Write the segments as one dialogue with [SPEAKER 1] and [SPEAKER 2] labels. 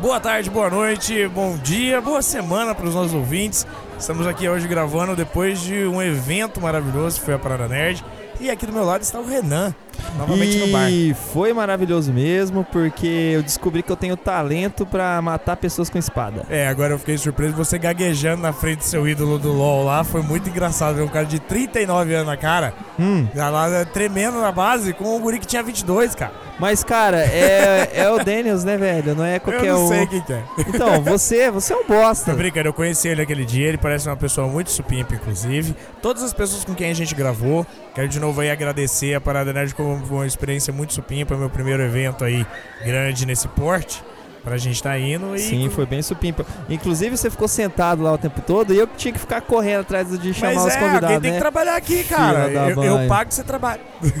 [SPEAKER 1] Boa tarde, boa noite, bom dia, boa semana para os nossos ouvintes. Estamos aqui hoje gravando depois de um evento maravilhoso que foi a Parada Nerd. E aqui do meu lado está o Renan, novamente no bar.
[SPEAKER 2] E foi maravilhoso mesmo, porque eu descobri que eu tenho talento pra matar pessoas com espada.
[SPEAKER 1] É, agora eu fiquei surpreso você gaguejando na frente do seu ídolo do LoL lá. Foi muito engraçado ver um cara de 39 anos na cara,
[SPEAKER 2] Hum.
[SPEAKER 1] já lá né, tremendo na base, com um guri que tinha 22, cara.
[SPEAKER 2] Mas, cara, é, é o Daniels, né, velho? Não é qualquer
[SPEAKER 1] eu não
[SPEAKER 2] um.
[SPEAKER 1] sei quem que é.
[SPEAKER 2] Então, você, você é um bosta.
[SPEAKER 1] Tô brincando, eu conheci ele aquele dia, ele parece uma pessoa muito supimpa, inclusive. Todas as pessoas com quem a gente gravou, quero de novo aí agradecer a Parada Nerd como uma experiência muito supimpa, meu primeiro evento aí grande nesse porte, pra gente tá indo e...
[SPEAKER 2] Sim, foi bem supimpa. Inclusive, você ficou sentado lá o tempo todo e eu que tinha que ficar correndo atrás de chamar
[SPEAKER 1] Mas
[SPEAKER 2] os
[SPEAKER 1] é,
[SPEAKER 2] convidados,
[SPEAKER 1] alguém tem
[SPEAKER 2] né?
[SPEAKER 1] que trabalhar aqui, cara.
[SPEAKER 2] da
[SPEAKER 1] Eu, eu
[SPEAKER 2] mãe.
[SPEAKER 1] pago, você trabalha.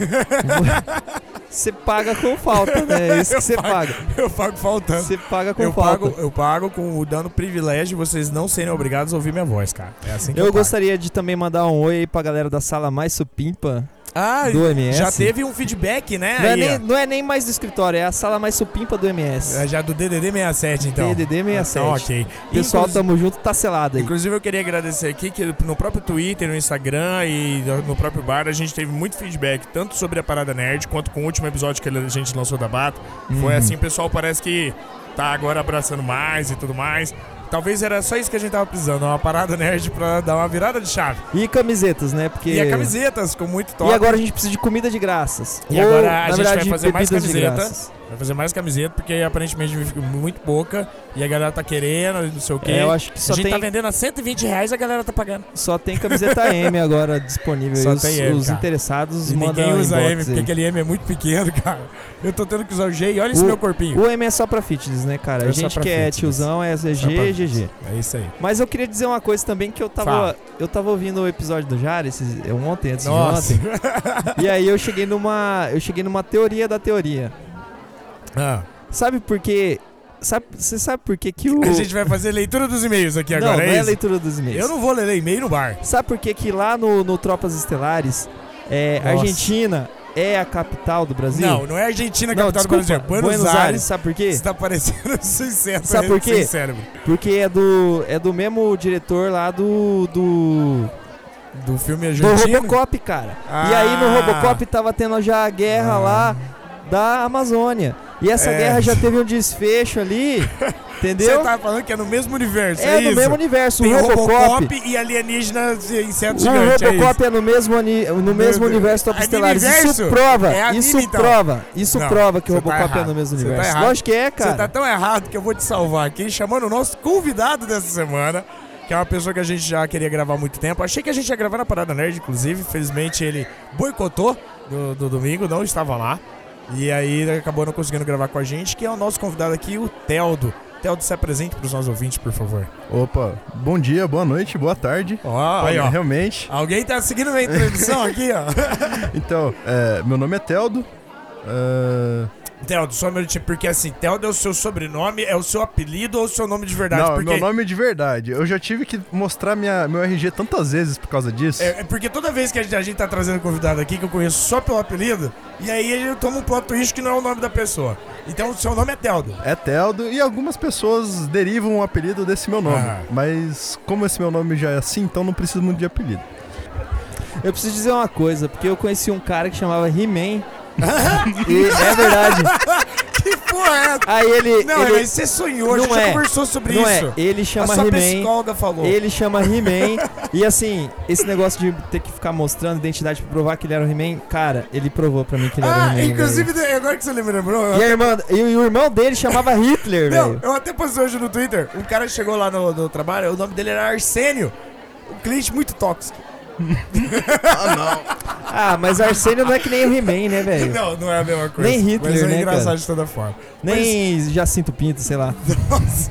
[SPEAKER 2] Você paga com falta, né? É isso
[SPEAKER 1] Eu
[SPEAKER 2] que você
[SPEAKER 1] pago.
[SPEAKER 2] paga.
[SPEAKER 1] Eu pago faltando.
[SPEAKER 2] Você paga com
[SPEAKER 1] Eu
[SPEAKER 2] falta.
[SPEAKER 1] pago, eu pago com o dando privilégio de vocês não serem obrigados a ouvir minha voz, cara. É assim que eu,
[SPEAKER 2] Eu
[SPEAKER 1] pago.
[SPEAKER 2] gostaria de também mandar um oi aí pra galera da sala mais supimpa
[SPEAKER 1] Ah,
[SPEAKER 2] do MS.
[SPEAKER 1] já teve um feedback, né?
[SPEAKER 2] Não é,
[SPEAKER 1] aí,
[SPEAKER 2] nem,
[SPEAKER 1] ó.
[SPEAKER 2] não é nem mais do escritório, é a sala mais supimpa do MS.
[SPEAKER 1] É Já do DDD 67, então.
[SPEAKER 2] DDD 67.
[SPEAKER 1] Então, ok.
[SPEAKER 2] Pessoal,
[SPEAKER 1] Inclusi-
[SPEAKER 2] tamo junto, tá selado aí.
[SPEAKER 1] Inclusive, eu queria agradecer aqui que no próprio Twitter, no Instagram e no próprio bar a gente teve muito feedback, tanto sobre a Parada Nerd quanto com o último episódio que a gente lançou da Bata. Foi
[SPEAKER 2] Uhum.
[SPEAKER 1] assim, o pessoal parece que tá agora abraçando mais e tudo mais. Talvez era só isso que a gente tava precisando, uma parada nerd pra dar uma virada de chave.
[SPEAKER 2] E camisetas, né? Porque...
[SPEAKER 1] E a camiseta ficou muito top.
[SPEAKER 2] E agora a gente precisa de comida de graças.
[SPEAKER 1] E
[SPEAKER 2] Ou,
[SPEAKER 1] agora a
[SPEAKER 2] na
[SPEAKER 1] gente
[SPEAKER 2] verdade,
[SPEAKER 1] vai fazer mais
[SPEAKER 2] bebidas de
[SPEAKER 1] camiseta.
[SPEAKER 2] graças.
[SPEAKER 1] Vai fazer mais camiseta, porque aparentemente fica muito pouca. E a galera tá querendo, e não sei o quê.
[SPEAKER 2] É, eu acho que
[SPEAKER 1] a
[SPEAKER 2] só
[SPEAKER 1] gente tá
[SPEAKER 2] tem,
[SPEAKER 1] vendendo a 120 reais a galera tá pagando.
[SPEAKER 2] só tem camiseta M agora disponível.
[SPEAKER 1] Só
[SPEAKER 2] aí. os,
[SPEAKER 1] tem M,
[SPEAKER 2] os
[SPEAKER 1] cara.
[SPEAKER 2] interessados
[SPEAKER 1] E
[SPEAKER 2] mandam um
[SPEAKER 1] ninguém usa
[SPEAKER 2] inbox
[SPEAKER 1] M, porque
[SPEAKER 2] aí.
[SPEAKER 1] aquele M é muito pequeno, cara. Eu tô tendo que usar o G e olha esse
[SPEAKER 2] O-
[SPEAKER 1] meu corpinho.
[SPEAKER 2] O M é só pra fitness, né, cara?
[SPEAKER 1] É
[SPEAKER 2] a
[SPEAKER 1] só
[SPEAKER 2] gente
[SPEAKER 1] pra
[SPEAKER 2] que é
[SPEAKER 1] fitness.
[SPEAKER 2] tiozão, é
[SPEAKER 1] Só pra-
[SPEAKER 2] GG, GG.
[SPEAKER 1] É isso aí.
[SPEAKER 2] Mas eu queria dizer uma coisa também que eu
[SPEAKER 1] Fala.
[SPEAKER 2] tava. Eu tava ouvindo o episódio do Jara esses, é, ontem, antes
[SPEAKER 1] Nossa.
[SPEAKER 2] de ontem. E aí eu cheguei numa. Eu cheguei numa teoria da teoria.
[SPEAKER 1] Ah,
[SPEAKER 2] Sabe por quê? Sabe- Você sabe por quê que o.
[SPEAKER 1] a gente vai fazer leitura dos e-mails aqui
[SPEAKER 2] não,
[SPEAKER 1] agora,
[SPEAKER 2] não
[SPEAKER 1] é
[SPEAKER 2] é a
[SPEAKER 1] isso?
[SPEAKER 2] leitura dos e-mails.
[SPEAKER 1] Eu não vou ler e-mail no bar.
[SPEAKER 2] Sabe por que que lá no, no Tropas Estelares, é,
[SPEAKER 1] Nossa.
[SPEAKER 2] Argentina é a capital do Brasil?
[SPEAKER 1] Não, não é Argentina,
[SPEAKER 2] não
[SPEAKER 1] capital do
[SPEAKER 2] desculpa,
[SPEAKER 1] Brasil. é Buenos, Aires.
[SPEAKER 2] sabe por quê?
[SPEAKER 1] Você tá parecendo sincero.
[SPEAKER 2] Sabe por quê?
[SPEAKER 1] Sem cérebro.
[SPEAKER 2] Porque é do, é do mesmo diretor lá do. do,
[SPEAKER 1] Do filme
[SPEAKER 2] do
[SPEAKER 1] argentino.
[SPEAKER 2] Robocop, cara. E
[SPEAKER 1] Ah.
[SPEAKER 2] aí no Robocop tava tendo já a guerra
[SPEAKER 1] Ah.
[SPEAKER 2] lá da Amazônia. E essa
[SPEAKER 1] É.
[SPEAKER 2] guerra já teve um desfecho ali,
[SPEAKER 1] Você
[SPEAKER 2] entendeu?
[SPEAKER 1] tá falando que é no mesmo universo, é,
[SPEAKER 2] é no
[SPEAKER 1] isso?
[SPEAKER 2] mesmo universo,
[SPEAKER 1] Tem
[SPEAKER 2] o Robocop.
[SPEAKER 1] Robocop e alienígena e inseto
[SPEAKER 2] O
[SPEAKER 1] gigante, é isso?
[SPEAKER 2] Robocop é, no mesmo, ani- no mesmo
[SPEAKER 1] Deus.
[SPEAKER 2] universo Top
[SPEAKER 1] É
[SPEAKER 2] Estelares. Isso
[SPEAKER 1] universo?
[SPEAKER 2] prova,
[SPEAKER 1] É anime,
[SPEAKER 2] isso
[SPEAKER 1] então.
[SPEAKER 2] prova, isso
[SPEAKER 1] Não,
[SPEAKER 2] prova que o
[SPEAKER 1] você tá
[SPEAKER 2] Robocop é
[SPEAKER 1] errado.
[SPEAKER 2] no mesmo
[SPEAKER 1] Você tá
[SPEAKER 2] universo.
[SPEAKER 1] errado.
[SPEAKER 2] Lógico que é,
[SPEAKER 1] Você tá
[SPEAKER 2] cara.
[SPEAKER 1] tão errado que eu vou te salvar aqui, chamando o nosso convidado dessa semana, que é uma pessoa que a gente já queria gravar há muito tempo. Achei que a gente ia gravar na Parada Nerd, inclusive. Felizmente ele boicotou do, do domingo, não estava lá. E aí ele acabou não conseguindo gravar com a gente, que é o nosso convidado aqui, o Teldo. Teldo, se apresente para os nossos ouvintes, por favor.
[SPEAKER 3] Opa, bom dia, boa noite, boa tarde.
[SPEAKER 1] Ó, aí, ó.
[SPEAKER 3] Realmente.
[SPEAKER 1] Alguém tá seguindo minha introdução aqui, ó.
[SPEAKER 3] Então, é, meu nome é Teldo. é,
[SPEAKER 1] Teldo, só um minutinho, porque assim, Teldo é o seu sobrenome, é o seu apelido ou o seu nome de verdade?
[SPEAKER 3] não,
[SPEAKER 1] porque
[SPEAKER 3] meu nome é de verdade. Eu já tive que mostrar minha, meu RG tantas vezes por causa disso.
[SPEAKER 1] É, é porque toda vez que a gente, a gente tá trazendo convidado aqui, que eu conheço só pelo apelido, e aí ele toma um plot twist que não é o nome da pessoa. Então o seu nome é Teldo.
[SPEAKER 3] É Teldo e algumas pessoas derivam o apelido desse meu nome.
[SPEAKER 1] Ah.
[SPEAKER 3] Mas como esse meu nome já é assim, então não preciso muito de apelido.
[SPEAKER 2] Eu preciso dizer uma coisa, porque eu conheci um cara que chamava He-Man. e é verdade.
[SPEAKER 1] que porra é essa?
[SPEAKER 2] Aí ele.
[SPEAKER 1] Não,
[SPEAKER 2] ele,
[SPEAKER 1] mas você sonhou, a gente
[SPEAKER 2] Não
[SPEAKER 1] já
[SPEAKER 2] é.
[SPEAKER 1] conversou sobre
[SPEAKER 2] não
[SPEAKER 1] isso.
[SPEAKER 2] é, ele
[SPEAKER 1] a
[SPEAKER 2] chama
[SPEAKER 1] sua
[SPEAKER 2] He-Man.
[SPEAKER 1] psicóloga falou.
[SPEAKER 2] Ele chama He-Man. e assim, esse negócio de ter que ficar mostrando identidade pra provar que ele era o He-Man, cara, ele provou pra mim que ele era o
[SPEAKER 1] ah,
[SPEAKER 2] He-Man.
[SPEAKER 1] inclusive, agora que você me lembrou,
[SPEAKER 2] velho. E, a irmã, e o irmão dele chamava Hitler,
[SPEAKER 1] Não,
[SPEAKER 2] velho.
[SPEAKER 1] eu até postei hoje no Twitter. Um cara chegou lá no, no trabalho, o nome dele era Arsênio. Um cliente muito tóxico.
[SPEAKER 2] Ah, mas Arsênio não é que nem o He-Man, né, velho?
[SPEAKER 1] Não, não é a mesma coisa.
[SPEAKER 2] Nem Hitler,
[SPEAKER 1] Mas é
[SPEAKER 2] né,
[SPEAKER 1] engraçado
[SPEAKER 2] cara?
[SPEAKER 1] de toda forma.
[SPEAKER 2] Nem Jacinto Pinto, sei lá.
[SPEAKER 1] Nossa.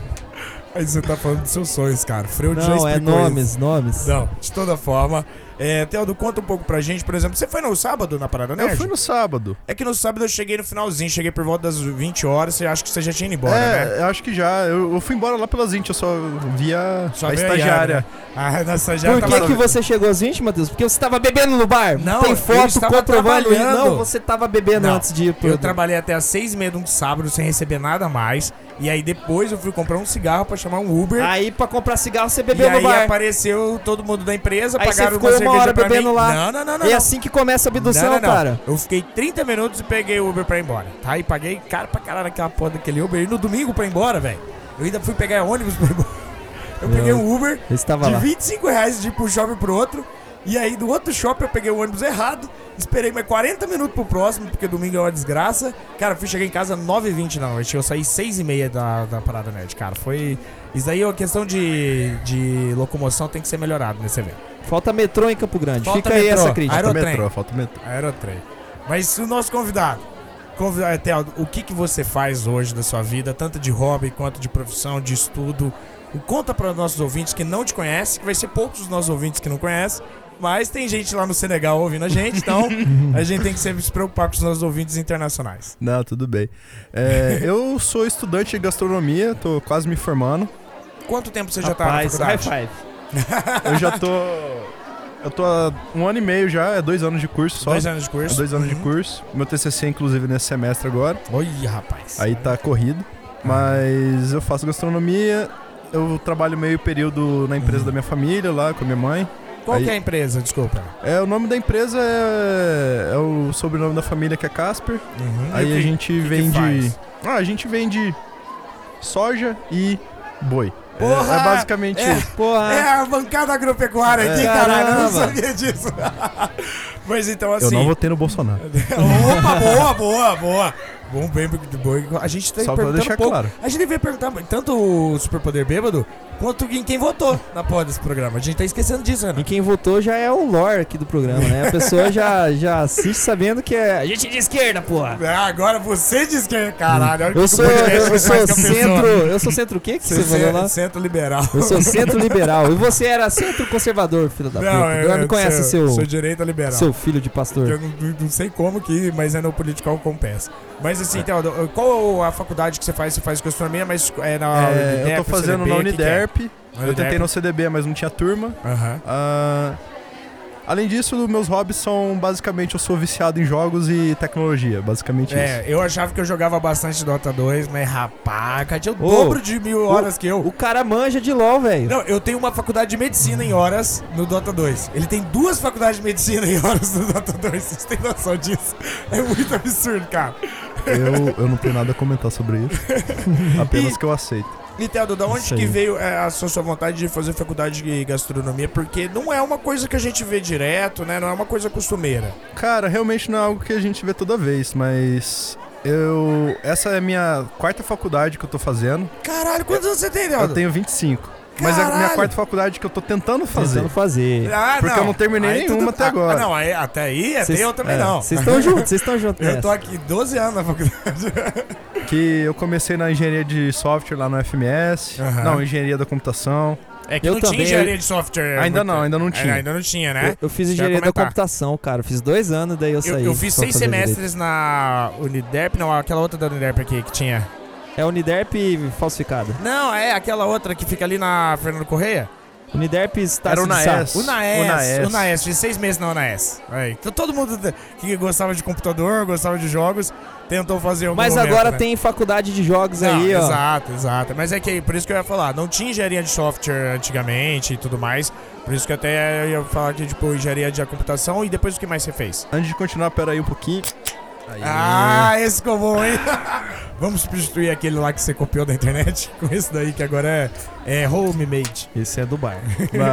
[SPEAKER 1] Aí você tá falando dos seus sonhos, cara. Freud já
[SPEAKER 2] Não,
[SPEAKER 1] explicou
[SPEAKER 2] é
[SPEAKER 1] isso.
[SPEAKER 2] nomes, nomes.
[SPEAKER 1] Não, de toda forma, É, Teodo, conta um pouco pra gente, por exemplo. Você foi no sábado na Parada Nerd?
[SPEAKER 3] Eu fui no sábado.
[SPEAKER 1] É que no sábado eu cheguei no finalzinho, cheguei por volta das 20 horas, você acha que você já tinha ido embora,
[SPEAKER 3] é,
[SPEAKER 1] né?
[SPEAKER 3] eu acho que já. Eu, eu fui embora lá pelas 20, eu só via
[SPEAKER 1] Só
[SPEAKER 3] a
[SPEAKER 1] veio a Yara,
[SPEAKER 3] estagiária.
[SPEAKER 1] né? Ah, na estagiária
[SPEAKER 2] Por
[SPEAKER 1] tava...
[SPEAKER 2] que, que você chegou às 20, Matheus? Porque você tava bebendo no bar?
[SPEAKER 1] Não,
[SPEAKER 2] Tem
[SPEAKER 1] eu
[SPEAKER 2] foto
[SPEAKER 1] estava
[SPEAKER 2] comprovando isso.
[SPEAKER 1] trabalhando.
[SPEAKER 2] Não, você tava bebendo
[SPEAKER 1] Não,
[SPEAKER 2] antes de ir pro...
[SPEAKER 1] Eu trabalhei até às seis e meia de um sábado sem receber nada a mais. E aí depois eu fui comprar um cigarro pra chamar um Uber.
[SPEAKER 2] Aí pra comprar cigarro você
[SPEAKER 1] e
[SPEAKER 2] bebeu
[SPEAKER 1] aí
[SPEAKER 2] no bar.
[SPEAKER 1] apareceu todo mundo da empresa,
[SPEAKER 2] Aí você
[SPEAKER 1] pagaram
[SPEAKER 2] ficou
[SPEAKER 1] uma
[SPEAKER 2] uma
[SPEAKER 1] cerveja
[SPEAKER 2] hora
[SPEAKER 1] pra
[SPEAKER 2] bebendo
[SPEAKER 1] mim.
[SPEAKER 2] lá.
[SPEAKER 1] Não, não, não, não.
[SPEAKER 2] é
[SPEAKER 1] não.
[SPEAKER 2] assim que começa a abdução,
[SPEAKER 1] Não, não, não.
[SPEAKER 2] cara.
[SPEAKER 1] Eu fiquei 30 minutos e peguei o Uber pra ir embora, tá? E paguei cara pra caralho aquela porra daquele Uber. E no domingo pra ir embora, velho. Eu ainda fui pegar ônibus pra ir embora. Eu
[SPEAKER 2] Meu
[SPEAKER 1] peguei um Uber
[SPEAKER 2] Eu estava
[SPEAKER 1] de
[SPEAKER 2] lá.
[SPEAKER 1] 25 reais de ir pra um shopping pro outro. E aí do outro shopping eu peguei o ônibus errado. Esperei mais 40 minutos pro próximo, porque domingo é uma desgraça. Cara, eu fui chegar em casa 9h20 da noite. Eu saí 6h30 da, da Parada Nerd, cara. Foi. Isso aí é uma questão de, de locomoção, tem que ser melhorado nesse evento.
[SPEAKER 2] Falta metrô em Campo Grande.
[SPEAKER 1] Falta
[SPEAKER 2] Fica aí
[SPEAKER 1] metrô.
[SPEAKER 2] essa crítica.
[SPEAKER 1] Aero-
[SPEAKER 3] Falta
[SPEAKER 1] Aerotrem.
[SPEAKER 3] metrô, falta metrô.
[SPEAKER 1] Aerotrem. Mas o nosso convidado. Convidado, Eteldo, o que, que você faz hoje da sua vida, tanto de hobby quanto de profissão, de estudo? O- Conta para nossos ouvintes que não te conhecem, que vai ser poucos os nossos ouvintes que não conhecem, mas tem gente lá no Senegal ouvindo a gente, então a gente tem que sempre se preocupar com os nossos ouvintes internacionais.
[SPEAKER 3] Não, tudo bem. É, eu sou estudante de gastronomia, tô quase me formando.
[SPEAKER 1] Quanto tempo você já tá na
[SPEAKER 2] Rapaz, high
[SPEAKER 1] faculdade?
[SPEAKER 2] five.
[SPEAKER 3] Eu já tô. Eu tô há um ano e meio já, é dois anos de curso só.
[SPEAKER 1] Dois anos de curso.
[SPEAKER 3] É dois anos de
[SPEAKER 1] Uhum.
[SPEAKER 3] curso. Meu TCC, inclusive, nesse semestre agora.
[SPEAKER 1] Oi, rapaz.
[SPEAKER 3] Aí tá corrido. Mas eu faço gastronomia. Eu trabalho meio período na empresa
[SPEAKER 1] Uhum.
[SPEAKER 3] da minha família, lá com a minha mãe.
[SPEAKER 1] Qual
[SPEAKER 3] aí-
[SPEAKER 1] que é a empresa? Desculpa.
[SPEAKER 3] É, o nome da empresa é, é o sobrenome da família, que é Casper.
[SPEAKER 1] Uhum. E
[SPEAKER 3] Aí
[SPEAKER 1] o
[SPEAKER 3] a
[SPEAKER 1] que-
[SPEAKER 3] gente
[SPEAKER 1] que
[SPEAKER 3] vende.
[SPEAKER 1] faz?
[SPEAKER 3] Ah, a gente vende soja e boi. É-
[SPEAKER 1] Porra!
[SPEAKER 3] É, basicamente
[SPEAKER 1] É.
[SPEAKER 3] isso.
[SPEAKER 2] Porra.
[SPEAKER 1] É a bancada agropecuária aqui,
[SPEAKER 3] É.
[SPEAKER 1] caralho. Eu não
[SPEAKER 2] Caramba.
[SPEAKER 1] sabia disso. Mas então, assim.
[SPEAKER 3] Eu não votei no Bolsonaro.
[SPEAKER 1] Opa, boa, boa, boa. Bom, bem, bem, bom. A gente tá
[SPEAKER 3] Só pra
[SPEAKER 1] perguntando
[SPEAKER 3] deixar
[SPEAKER 1] pouco.
[SPEAKER 3] claro.
[SPEAKER 1] A gente devia perguntar tanto o Superpoder Bêbado quanto em quem votou na porra desse programa. A gente tá esquecendo disso,
[SPEAKER 2] E
[SPEAKER 1] Renan.
[SPEAKER 2] quem votou já é o lore aqui do programa, né? A pessoa já, já assiste sabendo que é. A gente é de esquerda, porra!
[SPEAKER 1] Ah, agora você diz que é caralho. Olha o
[SPEAKER 2] Eu
[SPEAKER 1] que
[SPEAKER 2] sou,
[SPEAKER 1] o podcast
[SPEAKER 2] eu, eu
[SPEAKER 1] faz
[SPEAKER 2] sou
[SPEAKER 1] com a pessoa.
[SPEAKER 2] centro. Eu sou centro o quê que você falou lá?
[SPEAKER 1] Você é centro liberal.
[SPEAKER 2] Eu sou centro liberal. E você era centro conservador, filho da puta. Agora me conhece,
[SPEAKER 1] sou, Sou
[SPEAKER 2] seu,
[SPEAKER 1] é, direita liberal.
[SPEAKER 2] seu filho de
[SPEAKER 1] Eu
[SPEAKER 2] pastor.
[SPEAKER 1] não, não sei como que, mas é no political compensa. Mas
[SPEAKER 3] É.
[SPEAKER 1] assim, Teodoro, qual a faculdade que você faz? Você faz gastronomia, mas é na
[SPEAKER 3] É, eu
[SPEAKER 1] Uniderp,
[SPEAKER 3] tô fazendo na
[SPEAKER 1] CDB, que que é?
[SPEAKER 3] Uniderp.
[SPEAKER 1] Na
[SPEAKER 3] Eu tentei
[SPEAKER 1] Uniderp.
[SPEAKER 3] no CDB, mas não tinha turma.
[SPEAKER 1] Aham.
[SPEAKER 3] Ah, além disso, meus hobbies são basicamente eu sou viciado em jogos e tecnologia, basicamente
[SPEAKER 1] É,
[SPEAKER 3] isso.
[SPEAKER 1] eu achava que eu jogava bastante Dota 2, mas rapaz, cadê o
[SPEAKER 2] Ô,
[SPEAKER 1] dobro de mil horas que eu?
[SPEAKER 2] O cara manja de LOL, velho.
[SPEAKER 1] Não, eu tenho uma faculdade de medicina em horas no Dota 2. Ele tem duas faculdades de medicina em horas no Dota 2. Vocês têm noção disso? É muito absurdo, cara.
[SPEAKER 3] Eu, eu não tenho nada a comentar sobre isso. Apenas que eu aceito.
[SPEAKER 1] Niteldo, da onde
[SPEAKER 2] Isso
[SPEAKER 1] que
[SPEAKER 2] aí.
[SPEAKER 1] veio é, a sua, sua vontade de fazer faculdade de gastronomia? Porque não é uma coisa que a gente vê direto, né? Não é uma coisa costumeira.
[SPEAKER 3] Cara, realmente não é algo que a gente vê toda vez, mas. Eu. Essa é a minha quarta faculdade que eu tô fazendo.
[SPEAKER 1] Caralho, quantos anos você tem, Niteldo?
[SPEAKER 3] Eu tenho 25. Mas é a minha
[SPEAKER 1] Caralho!
[SPEAKER 3] quarta faculdade que eu tô tentando fazer.
[SPEAKER 2] Tentando fazer.
[SPEAKER 1] Ah,
[SPEAKER 3] porque eu não terminei nenhuma até
[SPEAKER 1] ah,
[SPEAKER 3] agora.
[SPEAKER 1] Ah, não, aí, até aí, até
[SPEAKER 2] Cês-
[SPEAKER 1] eu também
[SPEAKER 2] é,
[SPEAKER 1] não.
[SPEAKER 2] Vocês estão juntos, vocês estão juntos.
[SPEAKER 1] Eu tô
[SPEAKER 2] nessa.
[SPEAKER 1] aqui 12 anos na faculdade.
[SPEAKER 3] Que eu comecei na engenharia de software lá no FMS.
[SPEAKER 1] Aham.
[SPEAKER 3] Não, engenharia da computação.
[SPEAKER 1] É que
[SPEAKER 2] Eu
[SPEAKER 1] não
[SPEAKER 2] também,
[SPEAKER 1] tinha engenharia de software.
[SPEAKER 3] Ainda
[SPEAKER 1] muito-
[SPEAKER 3] não, ainda não tinha.
[SPEAKER 1] Ainda não tinha, né?
[SPEAKER 2] Eu, eu fiz
[SPEAKER 1] Quero
[SPEAKER 2] engenharia da
[SPEAKER 1] comentar.
[SPEAKER 2] computação, cara. Eu Fiz dois anos, daí eu
[SPEAKER 1] Eu,
[SPEAKER 2] saí.
[SPEAKER 1] eu fiz
[SPEAKER 2] pra
[SPEAKER 1] seis
[SPEAKER 2] fazer direito.
[SPEAKER 1] semestres na Uniderp, não, aquela outra da Uniderp aqui que tinha.
[SPEAKER 2] É Uniderp falsificada.
[SPEAKER 1] Não, é aquela outra que fica ali na Fernando Correia.
[SPEAKER 2] Uniderp está
[SPEAKER 3] Era o
[SPEAKER 1] Unaes,
[SPEAKER 3] Naes.
[SPEAKER 1] Unaes.
[SPEAKER 3] Unaes.
[SPEAKER 1] fiz seis meses na Unaes. Aí, então todo mundo que gostava de computador, gostava de jogos, tentou fazer algum
[SPEAKER 2] Mas
[SPEAKER 1] momento,
[SPEAKER 2] agora
[SPEAKER 1] né?
[SPEAKER 2] tem faculdade de jogos
[SPEAKER 1] Não,
[SPEAKER 2] aí, ó.
[SPEAKER 1] Exato, exato. Mas é que por isso que eu ia falar, não tinha engenharia de software antigamente e tudo mais. Por isso que até eu ia falar que, tipo, engenharia de computação e depois o que mais você fez?
[SPEAKER 3] Antes de continuar, pera aí um pouquinho. Aí.
[SPEAKER 1] Ah, esse ficou bom, hein? Vamos substituir aquele lá que você copiou da internet com esse daí que agora é, é homemade.
[SPEAKER 2] Esse é do bar.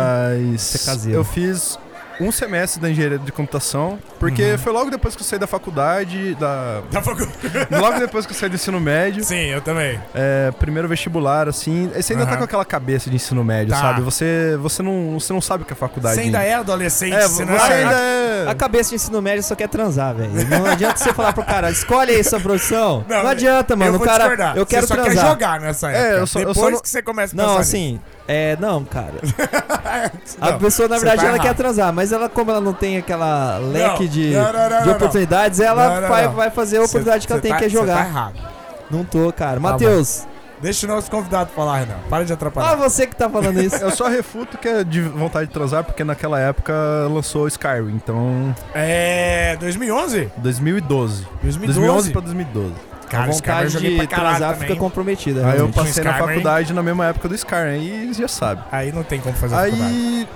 [SPEAKER 3] Mas
[SPEAKER 2] Isso é caseiro.
[SPEAKER 3] eu fiz um semestre da engenharia de computação, porque
[SPEAKER 1] Uhum.
[SPEAKER 3] foi logo depois que eu saí da faculdade, da
[SPEAKER 1] Da faculdade.
[SPEAKER 3] logo depois que eu saí do ensino médio,
[SPEAKER 1] Sim, eu também.
[SPEAKER 3] é, primeiro vestibular assim, aí você ainda
[SPEAKER 1] Aham.
[SPEAKER 3] tá com aquela cabeça de ensino médio,
[SPEAKER 1] Tá.
[SPEAKER 3] sabe? Você você não você não sabe o que é faculdade.
[SPEAKER 1] Você ainda
[SPEAKER 3] ainda.
[SPEAKER 1] é adolescente,
[SPEAKER 3] É,
[SPEAKER 1] você
[SPEAKER 3] você
[SPEAKER 1] não é-
[SPEAKER 3] ainda
[SPEAKER 2] A
[SPEAKER 3] é
[SPEAKER 2] cabeça de ensino médio só quer transar, velho. Não adianta você falar pro cara, escolhe aí sua profissão. Não, adianta, mano.
[SPEAKER 1] Eu
[SPEAKER 2] o
[SPEAKER 1] vou
[SPEAKER 2] cara,
[SPEAKER 1] discordar.
[SPEAKER 2] eu quero
[SPEAKER 1] você só
[SPEAKER 2] transar.
[SPEAKER 1] quer jogar nessa época.
[SPEAKER 3] eu só- eu
[SPEAKER 1] Depois
[SPEAKER 3] só não-
[SPEAKER 1] que você tá começa a
[SPEAKER 2] Não,
[SPEAKER 1] pensar
[SPEAKER 2] assim, É, não, cara. A
[SPEAKER 1] Não,
[SPEAKER 2] pessoa, na
[SPEAKER 1] você
[SPEAKER 2] verdade,
[SPEAKER 1] tá
[SPEAKER 2] ela
[SPEAKER 1] errado.
[SPEAKER 2] quer transar, mas ela, como ela não tem aquela leque de,
[SPEAKER 1] não, não, não,
[SPEAKER 2] de
[SPEAKER 1] não.
[SPEAKER 2] oportunidades, ela
[SPEAKER 1] Não, não,
[SPEAKER 2] vai,
[SPEAKER 1] não.
[SPEAKER 2] vai fazer a oportunidade que ela
[SPEAKER 1] Cê-
[SPEAKER 2] tem,
[SPEAKER 1] cê
[SPEAKER 2] que
[SPEAKER 1] tá-
[SPEAKER 2] é
[SPEAKER 1] cê
[SPEAKER 2] jogar.
[SPEAKER 1] Tá errado. Tá
[SPEAKER 2] Não tô, cara.
[SPEAKER 1] bom.
[SPEAKER 2] Matheus,
[SPEAKER 1] Deixa o nosso convidado falar, Renan. Para de
[SPEAKER 2] ah,
[SPEAKER 1] atrapalhar.
[SPEAKER 2] você que tá falando isso.
[SPEAKER 3] Eu só refuto que é de vontade de transar, porque naquela época lançou Skyrim, então
[SPEAKER 1] É. 2011?
[SPEAKER 3] 2012.
[SPEAKER 1] 2012.
[SPEAKER 3] 2011 pra 2012.
[SPEAKER 2] a
[SPEAKER 1] Cara, esse cara eu
[SPEAKER 2] vontade
[SPEAKER 1] joguei pra
[SPEAKER 2] de
[SPEAKER 1] caralho
[SPEAKER 2] transar
[SPEAKER 1] também.
[SPEAKER 2] fica comprometida. né?
[SPEAKER 3] Aí eu
[SPEAKER 2] realmente.
[SPEAKER 3] passei na
[SPEAKER 1] É, Skyrim.
[SPEAKER 3] faculdade na mesma época do Skyrim, e já sabe.
[SPEAKER 1] Aí não tem como fazer faculdade.
[SPEAKER 3] Aí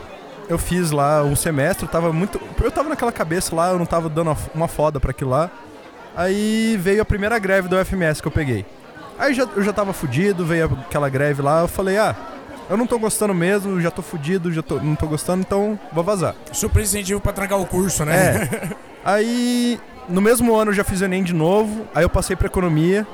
[SPEAKER 3] eu fiz lá um semestre, eu tava muito. Eu tava naquela cabeça lá, eu não tava dando uma- uma foda pra aquilo lá. Aí veio a primeira greve do FMS que eu peguei. Aí já, eu já tava fudido, veio aquela greve lá, eu falei, ah, eu não tô gostando mesmo, já tô fudido, já tô, não tô gostando, então vou vazar.
[SPEAKER 1] Super incentivo pra trancar o curso, né?
[SPEAKER 3] É. Aí no mesmo ano eu já fiz o Enem de novo, aí eu passei pra economia.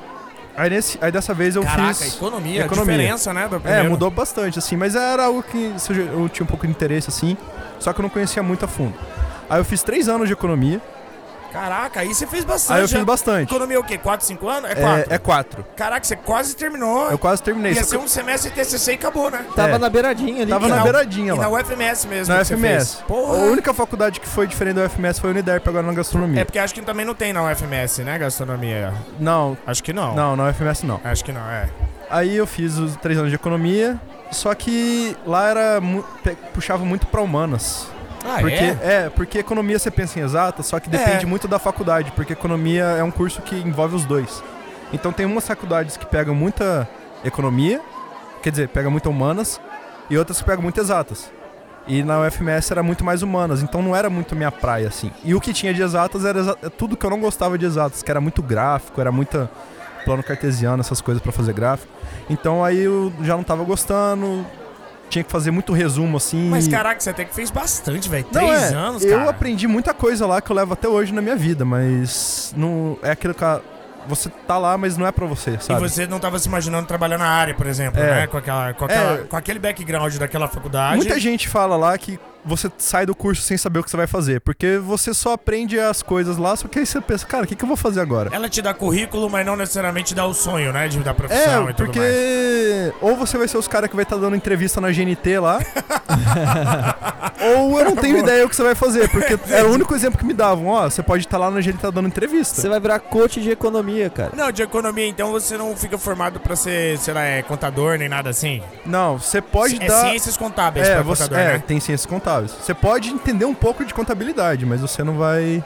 [SPEAKER 3] Aí, nesse, aí dessa vez eu
[SPEAKER 1] Caraca,
[SPEAKER 3] fiz.
[SPEAKER 1] economia, a
[SPEAKER 3] economia.
[SPEAKER 1] diferença, né? Do
[SPEAKER 3] É,
[SPEAKER 1] primeiro.
[SPEAKER 3] mudou bastante, assim, mas era algo que se eu já- eu tinha um pouco de interesse, assim, só que eu não conhecia muito a fundo. Aí eu fiz três anos de economia,
[SPEAKER 1] Caraca, aí você fez bastante.
[SPEAKER 3] aí eu fiz
[SPEAKER 1] né?
[SPEAKER 3] bastante.
[SPEAKER 1] Economia é o quê? 4, 5 anos? É
[SPEAKER 3] É,
[SPEAKER 1] 4.
[SPEAKER 3] é quatro.
[SPEAKER 1] Caraca, você quase terminou.
[SPEAKER 3] Eu quase terminei.
[SPEAKER 1] Ia
[SPEAKER 3] só
[SPEAKER 1] ser um semestre de TCC e acabou, né?
[SPEAKER 2] Tava
[SPEAKER 3] é.
[SPEAKER 2] na beiradinha
[SPEAKER 3] que
[SPEAKER 2] ali.
[SPEAKER 3] eu tava
[SPEAKER 2] cara.
[SPEAKER 3] na beiradinha
[SPEAKER 1] Então, E na
[SPEAKER 3] lá.
[SPEAKER 1] UFMS mesmo.
[SPEAKER 3] Na
[SPEAKER 1] que você
[SPEAKER 3] FMS.
[SPEAKER 1] fez.
[SPEAKER 3] A
[SPEAKER 1] Porra.
[SPEAKER 3] única faculdade que foi diferente da UFMS foi a Uniderp, agora na gastronomia.
[SPEAKER 1] É porque acho que também não tem na UFMS, né? Gastronomia.
[SPEAKER 3] Não,
[SPEAKER 1] Acho que não.
[SPEAKER 3] não, na UFMS não.
[SPEAKER 1] Acho que não, é.
[SPEAKER 3] Aí eu fiz os três anos de economia, só que lá era mu- pe- puxava muito pra humanas.
[SPEAKER 1] Ah,
[SPEAKER 3] porque é? porque economia você pensa em exata, só que depende
[SPEAKER 1] É.
[SPEAKER 3] muito da faculdade, porque economia é um curso que envolve os dois. Então tem umas faculdades que pegam muita economia, quer dizer, pega muito humanas, e outras que pegam muito exatas. E na UFMS era muito mais humanas, então não era muito minha praia, assim. E o que tinha de exatas era exa- é tudo que eu não gostava de exatas, que era muito gráfico, era muita plano cartesiano, essas coisas pra fazer gráfico. Então aí eu já não tava gostando, tinha que fazer muito resumo, assim.
[SPEAKER 1] Mas caraca, você até que fez bastante, velho.
[SPEAKER 3] Não,
[SPEAKER 1] Três
[SPEAKER 3] é,
[SPEAKER 1] anos,
[SPEAKER 3] eu
[SPEAKER 1] cara.
[SPEAKER 3] aprendi muita coisa lá que eu levo até hoje na minha vida, mas não é aquilo que a- você tá lá, mas não é pra você,
[SPEAKER 1] E
[SPEAKER 3] sabe?
[SPEAKER 1] você não tava se imaginando trabalhar na área, por exemplo,
[SPEAKER 3] É.
[SPEAKER 1] né? Com, aquela, com, aquela-
[SPEAKER 3] É.
[SPEAKER 1] com aquele background daquela faculdade.
[SPEAKER 3] Muita gente fala lá que você sai do curso sem saber o que você vai fazer, porque você só aprende as coisas lá, só que aí você pensa, cara, o que, que eu vou fazer agora?
[SPEAKER 1] Ela te dá currículo, mas não necessariamente dá o sonho, né? De, da
[SPEAKER 3] É,
[SPEAKER 1] profissão e tudo mais.
[SPEAKER 3] porque ou você vai ser os caras que vai estar dando entrevista na GNT lá, ou eu não tenho ideia o que você vai fazer, porque era o único exemplo que me davam, ó, você pode estar lá na GNT tá dando entrevista.
[SPEAKER 2] Você vai virar coach de economia, cara.
[SPEAKER 1] Não, de economia, então você não fica formado pra ser, sei lá, é, contador nem nada assim.
[SPEAKER 3] Não, você pode
[SPEAKER 1] é
[SPEAKER 3] dar...
[SPEAKER 1] ciências contábeis
[SPEAKER 3] É,
[SPEAKER 1] pra
[SPEAKER 3] você,
[SPEAKER 1] contador,
[SPEAKER 3] é
[SPEAKER 1] né?
[SPEAKER 3] tem ciências contábeis. Você pode entender um pouco de contabilidade, mas você não vai.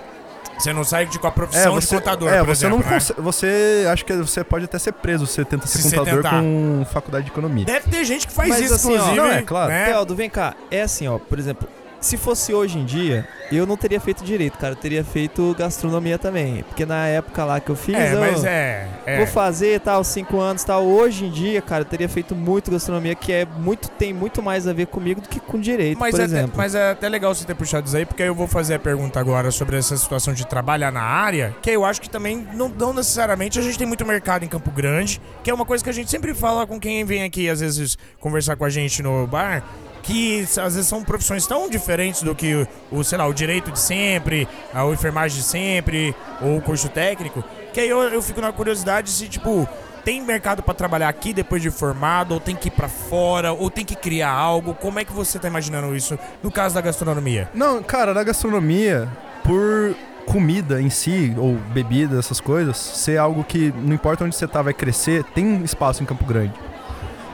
[SPEAKER 1] Você não sai de, com a
[SPEAKER 3] É,
[SPEAKER 1] profissão
[SPEAKER 3] você,
[SPEAKER 1] de contador,
[SPEAKER 3] é,
[SPEAKER 1] por
[SPEAKER 3] você
[SPEAKER 1] exemplo,
[SPEAKER 3] não
[SPEAKER 1] né?
[SPEAKER 3] consegue. Você acho que você pode até ser preso se você tenta ser
[SPEAKER 1] Se você
[SPEAKER 3] contador
[SPEAKER 1] tentar.
[SPEAKER 3] com faculdade de economia.
[SPEAKER 1] Deve ter gente que faz
[SPEAKER 2] Mas
[SPEAKER 1] isso,
[SPEAKER 2] assim, ó,
[SPEAKER 1] inclusive.
[SPEAKER 3] não, é claro.
[SPEAKER 1] né?
[SPEAKER 2] Teldo, vem cá. É assim, ó, por exemplo, se fosse hoje em dia, eu não teria feito direito, cara. Eu teria feito gastronomia também. Porque na época lá que eu fiz,
[SPEAKER 1] É,
[SPEAKER 2] eu
[SPEAKER 1] mas é. é.
[SPEAKER 2] vou fazer tal, cinco anos tal. Hoje em dia, cara, eu teria feito muito gastronomia, que é muito, tem muito mais a ver comigo do que com direito,
[SPEAKER 1] Mas
[SPEAKER 2] por
[SPEAKER 1] é, até,
[SPEAKER 2] exemplo.
[SPEAKER 1] mas é até legal você ter puxado isso aí, porque aí eu vou fazer a pergunta agora sobre essa situação de trabalhar na área, que eu acho que também não, não necessariamente a gente tem muito mercado em Campo Grande, que é uma coisa que a gente sempre fala com quem vem aqui, às vezes, conversar com a gente no bar, que às vezes são profissões tão diferentes do que o, o, sei lá, o direito de sempre, a enfermagem de sempre, ou o curso técnico, que aí eu, eu fico na curiosidade se, tipo, tem mercado pra trabalhar aqui depois de formado, ou tem que ir pra fora, ou tem que criar algo? Como é que você tá imaginando isso no caso da gastronomia?
[SPEAKER 3] Não, cara, na gastronomia, por comida em si, ou bebida, essas coisas, ser algo que não importa onde você tá, vai crescer, tem espaço em Campo Grande.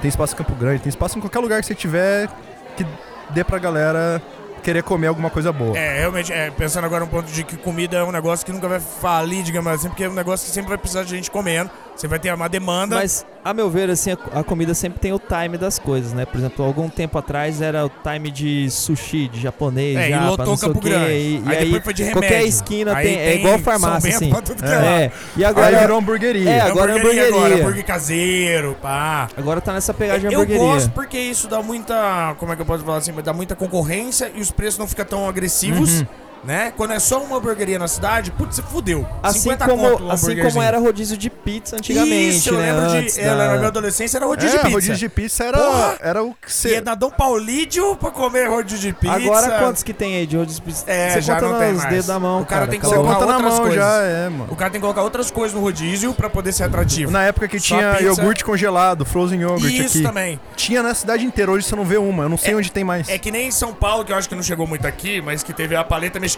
[SPEAKER 3] Tem espaço em Campo Grande, tem espaço em qualquer lugar que você tiver que dê pra galera querer comer alguma coisa boa.
[SPEAKER 1] É, realmente, é, pensando agora no ponto de que comida é um negócio que nunca vai falir, digamos assim, porque é um negócio que sempre vai precisar de gente comendo, você vai ter uma demanda.
[SPEAKER 2] Mas, a meu ver, assim, a, a comida sempre tem o time das coisas, né? Por exemplo, algum tempo atrás era o time de sushi, de japonês,
[SPEAKER 1] é, e
[SPEAKER 2] japa, não
[SPEAKER 1] lotou
[SPEAKER 2] sei o
[SPEAKER 1] Campo
[SPEAKER 2] quê,
[SPEAKER 1] Grande.
[SPEAKER 2] E, e aí,
[SPEAKER 1] depois foi de remédio.
[SPEAKER 2] qualquer esquina
[SPEAKER 1] Aí
[SPEAKER 2] tem, é igual farmácia,
[SPEAKER 1] São
[SPEAKER 2] assim.
[SPEAKER 1] Bento pra tudo que é lá.
[SPEAKER 2] É, e agora...
[SPEAKER 3] Agora virou hamburgueria.
[SPEAKER 2] É, agora é
[SPEAKER 1] hamburgueria agora,
[SPEAKER 2] hamburgueria.
[SPEAKER 1] hambúrguer caseiro, pá.
[SPEAKER 2] Agora tá nessa pegada de
[SPEAKER 1] Eu
[SPEAKER 2] hamburgueria.
[SPEAKER 1] gosto porque
[SPEAKER 2] Uhum.
[SPEAKER 1] isso dá muita. Como é que eu posso falar assim? Dá muita concorrência e os preços não ficam tão agressivos. né? Quando é só uma hamburgueria na cidade, putz, fudeu.
[SPEAKER 2] Assim
[SPEAKER 1] 50 conto
[SPEAKER 2] como,
[SPEAKER 1] o
[SPEAKER 2] assim como
[SPEAKER 1] hambúrguerzinho.
[SPEAKER 2] era rodízio de pizza antigamente,
[SPEAKER 1] Isso, eu
[SPEAKER 2] né?
[SPEAKER 1] lembro
[SPEAKER 2] Antes
[SPEAKER 1] de. eu lembro,
[SPEAKER 2] da-
[SPEAKER 1] Na minha adolescência era rodízio
[SPEAKER 3] é,
[SPEAKER 1] de pizza.
[SPEAKER 3] rodízio de pizza era,
[SPEAKER 1] Porra!
[SPEAKER 3] era o que você...
[SPEAKER 1] Ia na Dom Paulídio pra comer rodízio de pizza.
[SPEAKER 2] Agora quantos que tem aí de rodízio de pizza?
[SPEAKER 1] É,
[SPEAKER 2] Você
[SPEAKER 1] já
[SPEAKER 2] conta
[SPEAKER 1] não tem
[SPEAKER 2] nos
[SPEAKER 1] mais.
[SPEAKER 2] dedos da mão,
[SPEAKER 1] O cara tem que
[SPEAKER 2] acabou.
[SPEAKER 1] colocar
[SPEAKER 3] Conta na
[SPEAKER 1] outras
[SPEAKER 3] mão
[SPEAKER 1] coisas.
[SPEAKER 3] já, é, mano.
[SPEAKER 1] O cara tem que colocar outras coisas no rodízio pra poder ser atrativo.
[SPEAKER 3] Na época que
[SPEAKER 1] Só
[SPEAKER 3] tinha
[SPEAKER 1] pizza.
[SPEAKER 3] iogurte congelado, frozen yogurt
[SPEAKER 1] E isso
[SPEAKER 3] aqui.
[SPEAKER 1] também.
[SPEAKER 3] Tinha na cidade inteira, hoje você não vê uma. Eu não sei
[SPEAKER 1] É-
[SPEAKER 3] onde tem mais.
[SPEAKER 1] É que nem em São Paulo, que eu acho que não chegou muito aqui, mas que teve a paleta mexicana.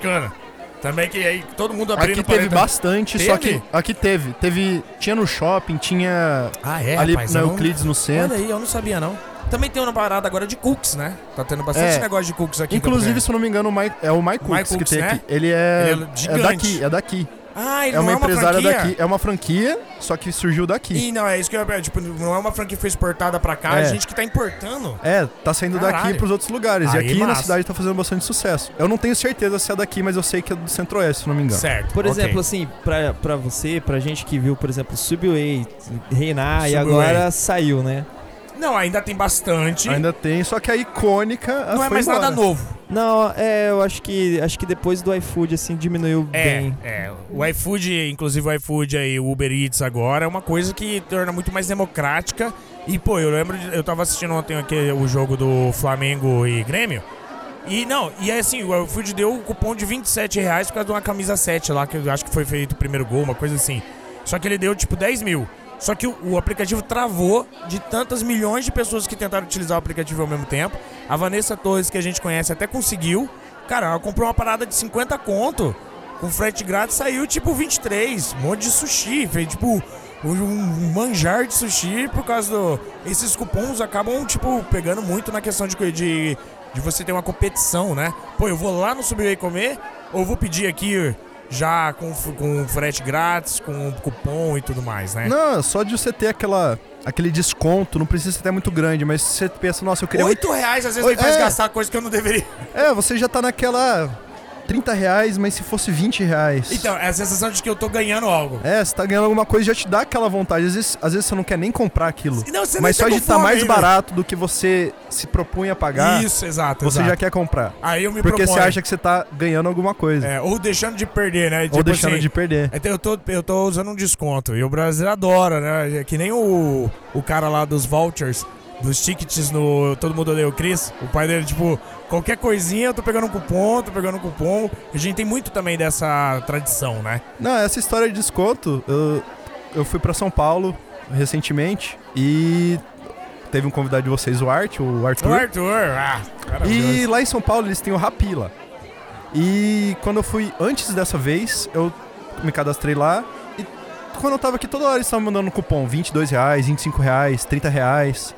[SPEAKER 1] Também que aí todo mundo tá abrindo
[SPEAKER 3] Aqui teve
[SPEAKER 1] paleta.
[SPEAKER 3] bastante, só que
[SPEAKER 1] Teve?
[SPEAKER 3] aqui teve. Teve, tinha no shopping, tinha
[SPEAKER 1] Ah, é,
[SPEAKER 3] ali
[SPEAKER 1] rapaz,
[SPEAKER 3] na
[SPEAKER 1] eu não-
[SPEAKER 3] Euclides no
[SPEAKER 1] Olha
[SPEAKER 3] centro.
[SPEAKER 1] aí, eu não sabia não. Também tem uma parada agora de cookies, né? Tá tendo bastante
[SPEAKER 3] É.
[SPEAKER 1] negócio de cookies aqui. em
[SPEAKER 3] Inclusive,
[SPEAKER 1] Campo
[SPEAKER 3] se eu não me engano, o Mike- é o Mike
[SPEAKER 1] Mike
[SPEAKER 3] Cooks que
[SPEAKER 1] Cooks,
[SPEAKER 3] tem
[SPEAKER 1] né?
[SPEAKER 3] aqui. Ele é,
[SPEAKER 1] Ele é
[SPEAKER 3] é
[SPEAKER 1] gigante.
[SPEAKER 3] daqui, é daqui.
[SPEAKER 1] Verde. Ah, ele
[SPEAKER 3] É uma
[SPEAKER 1] não
[SPEAKER 3] empresária
[SPEAKER 1] franquia?
[SPEAKER 3] daqui. É uma franquia, só que surgiu daqui.
[SPEAKER 1] E não, é isso que eu ia pegar. Tipo, não é uma franquia que foi exportada pra cá,
[SPEAKER 3] É.
[SPEAKER 1] é gente que tá importando.
[SPEAKER 3] É, tá saindo daqui
[SPEAKER 1] Caralho.
[SPEAKER 3] pros outros lugares.
[SPEAKER 1] Aí,
[SPEAKER 3] e aqui na
[SPEAKER 1] massa.
[SPEAKER 3] cidade tá fazendo bastante sucesso. Eu não tenho certeza se é daqui, mas eu sei que é do Centro-Oeste, se eu não me engano.
[SPEAKER 1] Certo.
[SPEAKER 2] Por
[SPEAKER 1] ok.
[SPEAKER 2] exemplo, assim, pra, pra você, pra gente que viu, por exemplo, Subway, Reinar e
[SPEAKER 1] Subway.
[SPEAKER 2] agora saiu, né?
[SPEAKER 1] Não, ainda tem bastante.
[SPEAKER 3] Ainda tem, só que a icônica ah,
[SPEAKER 1] não é
[SPEAKER 3] foi
[SPEAKER 1] mais
[SPEAKER 3] embora.
[SPEAKER 1] nada novo.
[SPEAKER 2] Não, é, eu acho que acho que depois do iFood, assim, diminuiu
[SPEAKER 1] É,
[SPEAKER 2] bem.
[SPEAKER 1] é. O iFood, inclusive o iFood aí, o Uber Eats agora, é uma coisa que torna muito mais democrática. E, pô, eu lembro, de, eu tava assistindo ontem aqui o jogo do Flamengo e Grêmio. E não, e é assim, o iFood deu o cupom de 27 reais por causa de uma camisa 7 lá, que eu acho que foi feito o primeiro gol, uma coisa assim. Só que ele deu tipo 10 mil. Só que o, o aplicativo travou de tantas milhões de pessoas que tentaram utilizar o aplicativo ao mesmo tempo. A Vanessa Torres, que a gente conhece, até conseguiu. Cara, ela comprou uma parada de 50 conto. Com frete grátis saiu tipo 23. Um monte de sushi. Fez tipo um um manjar de sushi por causa do. Esses cupons acabam, tipo, pegando muito na questão de, co- de, de você ter uma competição, né? Pô, eu vou lá no Subway comer, ou vou pedir aqui já com, f- com frete grátis, com cupom e tudo mais, né?
[SPEAKER 3] Não, só de você ter aquela, aquele desconto, não precisa ser até muito grande, mas você pensa, nossa, eu queria. muito-
[SPEAKER 1] Oito reais às vezes me
[SPEAKER 3] Oi-
[SPEAKER 1] faz
[SPEAKER 3] é.
[SPEAKER 1] gastar coisa que eu não deveria.
[SPEAKER 3] É, você já tá naquela 30 reais, mas se fosse 20 reais.
[SPEAKER 1] Então, é a sensação de que eu tô ganhando algo.
[SPEAKER 3] É, você tá ganhando alguma coisa já te dá aquela vontade. Às vezes, às vezes você não quer nem comprar aquilo.
[SPEAKER 1] Não, você nem
[SPEAKER 3] mas
[SPEAKER 1] tá
[SPEAKER 3] só de
[SPEAKER 1] com
[SPEAKER 3] estar
[SPEAKER 1] fome
[SPEAKER 3] mais
[SPEAKER 1] ainda.
[SPEAKER 3] barato do que você se propunha a pagar,
[SPEAKER 1] Isso, exato.
[SPEAKER 3] você
[SPEAKER 1] exato.
[SPEAKER 3] já quer comprar.
[SPEAKER 1] Aí eu me
[SPEAKER 3] Porque
[SPEAKER 1] proponho.
[SPEAKER 3] você acha que você tá ganhando alguma coisa.
[SPEAKER 1] É, ou deixando de perder, né?
[SPEAKER 3] ou deixando de perder.
[SPEAKER 1] Então eu tô, eu tô usando um desconto. E o brasileiro adora, né? É Que nem o, o cara lá dos vouchers, dos tickets no Todo Mundo Odeia o Chris. O pai dele, tipo, qualquer coisinha eu tô pegando um cupom, tô pegando um cupom. A gente tem muito também dessa tradição, né?
[SPEAKER 3] Não, essa história de desconto, eu, eu fui pra São Paulo recentemente e teve um convidado de vocês, o Art, o Arthur.
[SPEAKER 1] O Arthur, ah,
[SPEAKER 3] E
[SPEAKER 1] maravilhoso.
[SPEAKER 3] lá em São Paulo eles têm o Rapi lá. E quando eu fui antes dessa vez, eu me cadastrei lá. E quando eu tava aqui, toda hora eles estavam mandando cupom: 22 reais, 25 reais, 30 reais,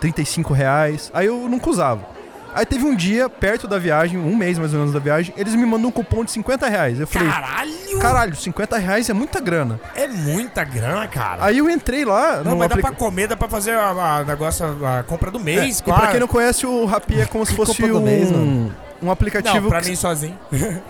[SPEAKER 3] 35 reais. Aí eu nunca usava. Aí teve um dia, perto da viagem, um mês mais ou menos da viagem, eles me mandam um cupom de 50 reais. Eu falei:
[SPEAKER 1] Caralho!
[SPEAKER 3] caralho, 50 reais é muita grana.
[SPEAKER 1] É muita grana, cara.
[SPEAKER 3] Aí eu entrei lá
[SPEAKER 1] não,
[SPEAKER 3] no
[SPEAKER 1] mas dá
[SPEAKER 3] aplica-
[SPEAKER 1] pra comer, dá pra fazer a, a negócio, a compra do
[SPEAKER 3] É,
[SPEAKER 1] mês,
[SPEAKER 3] e
[SPEAKER 1] claro.
[SPEAKER 3] pra quem não conhece, o Rapi é como se fosse
[SPEAKER 2] Compra do
[SPEAKER 3] um,
[SPEAKER 2] mês,
[SPEAKER 3] um aplicativo
[SPEAKER 1] Não, pra
[SPEAKER 3] que
[SPEAKER 1] mim sozinho.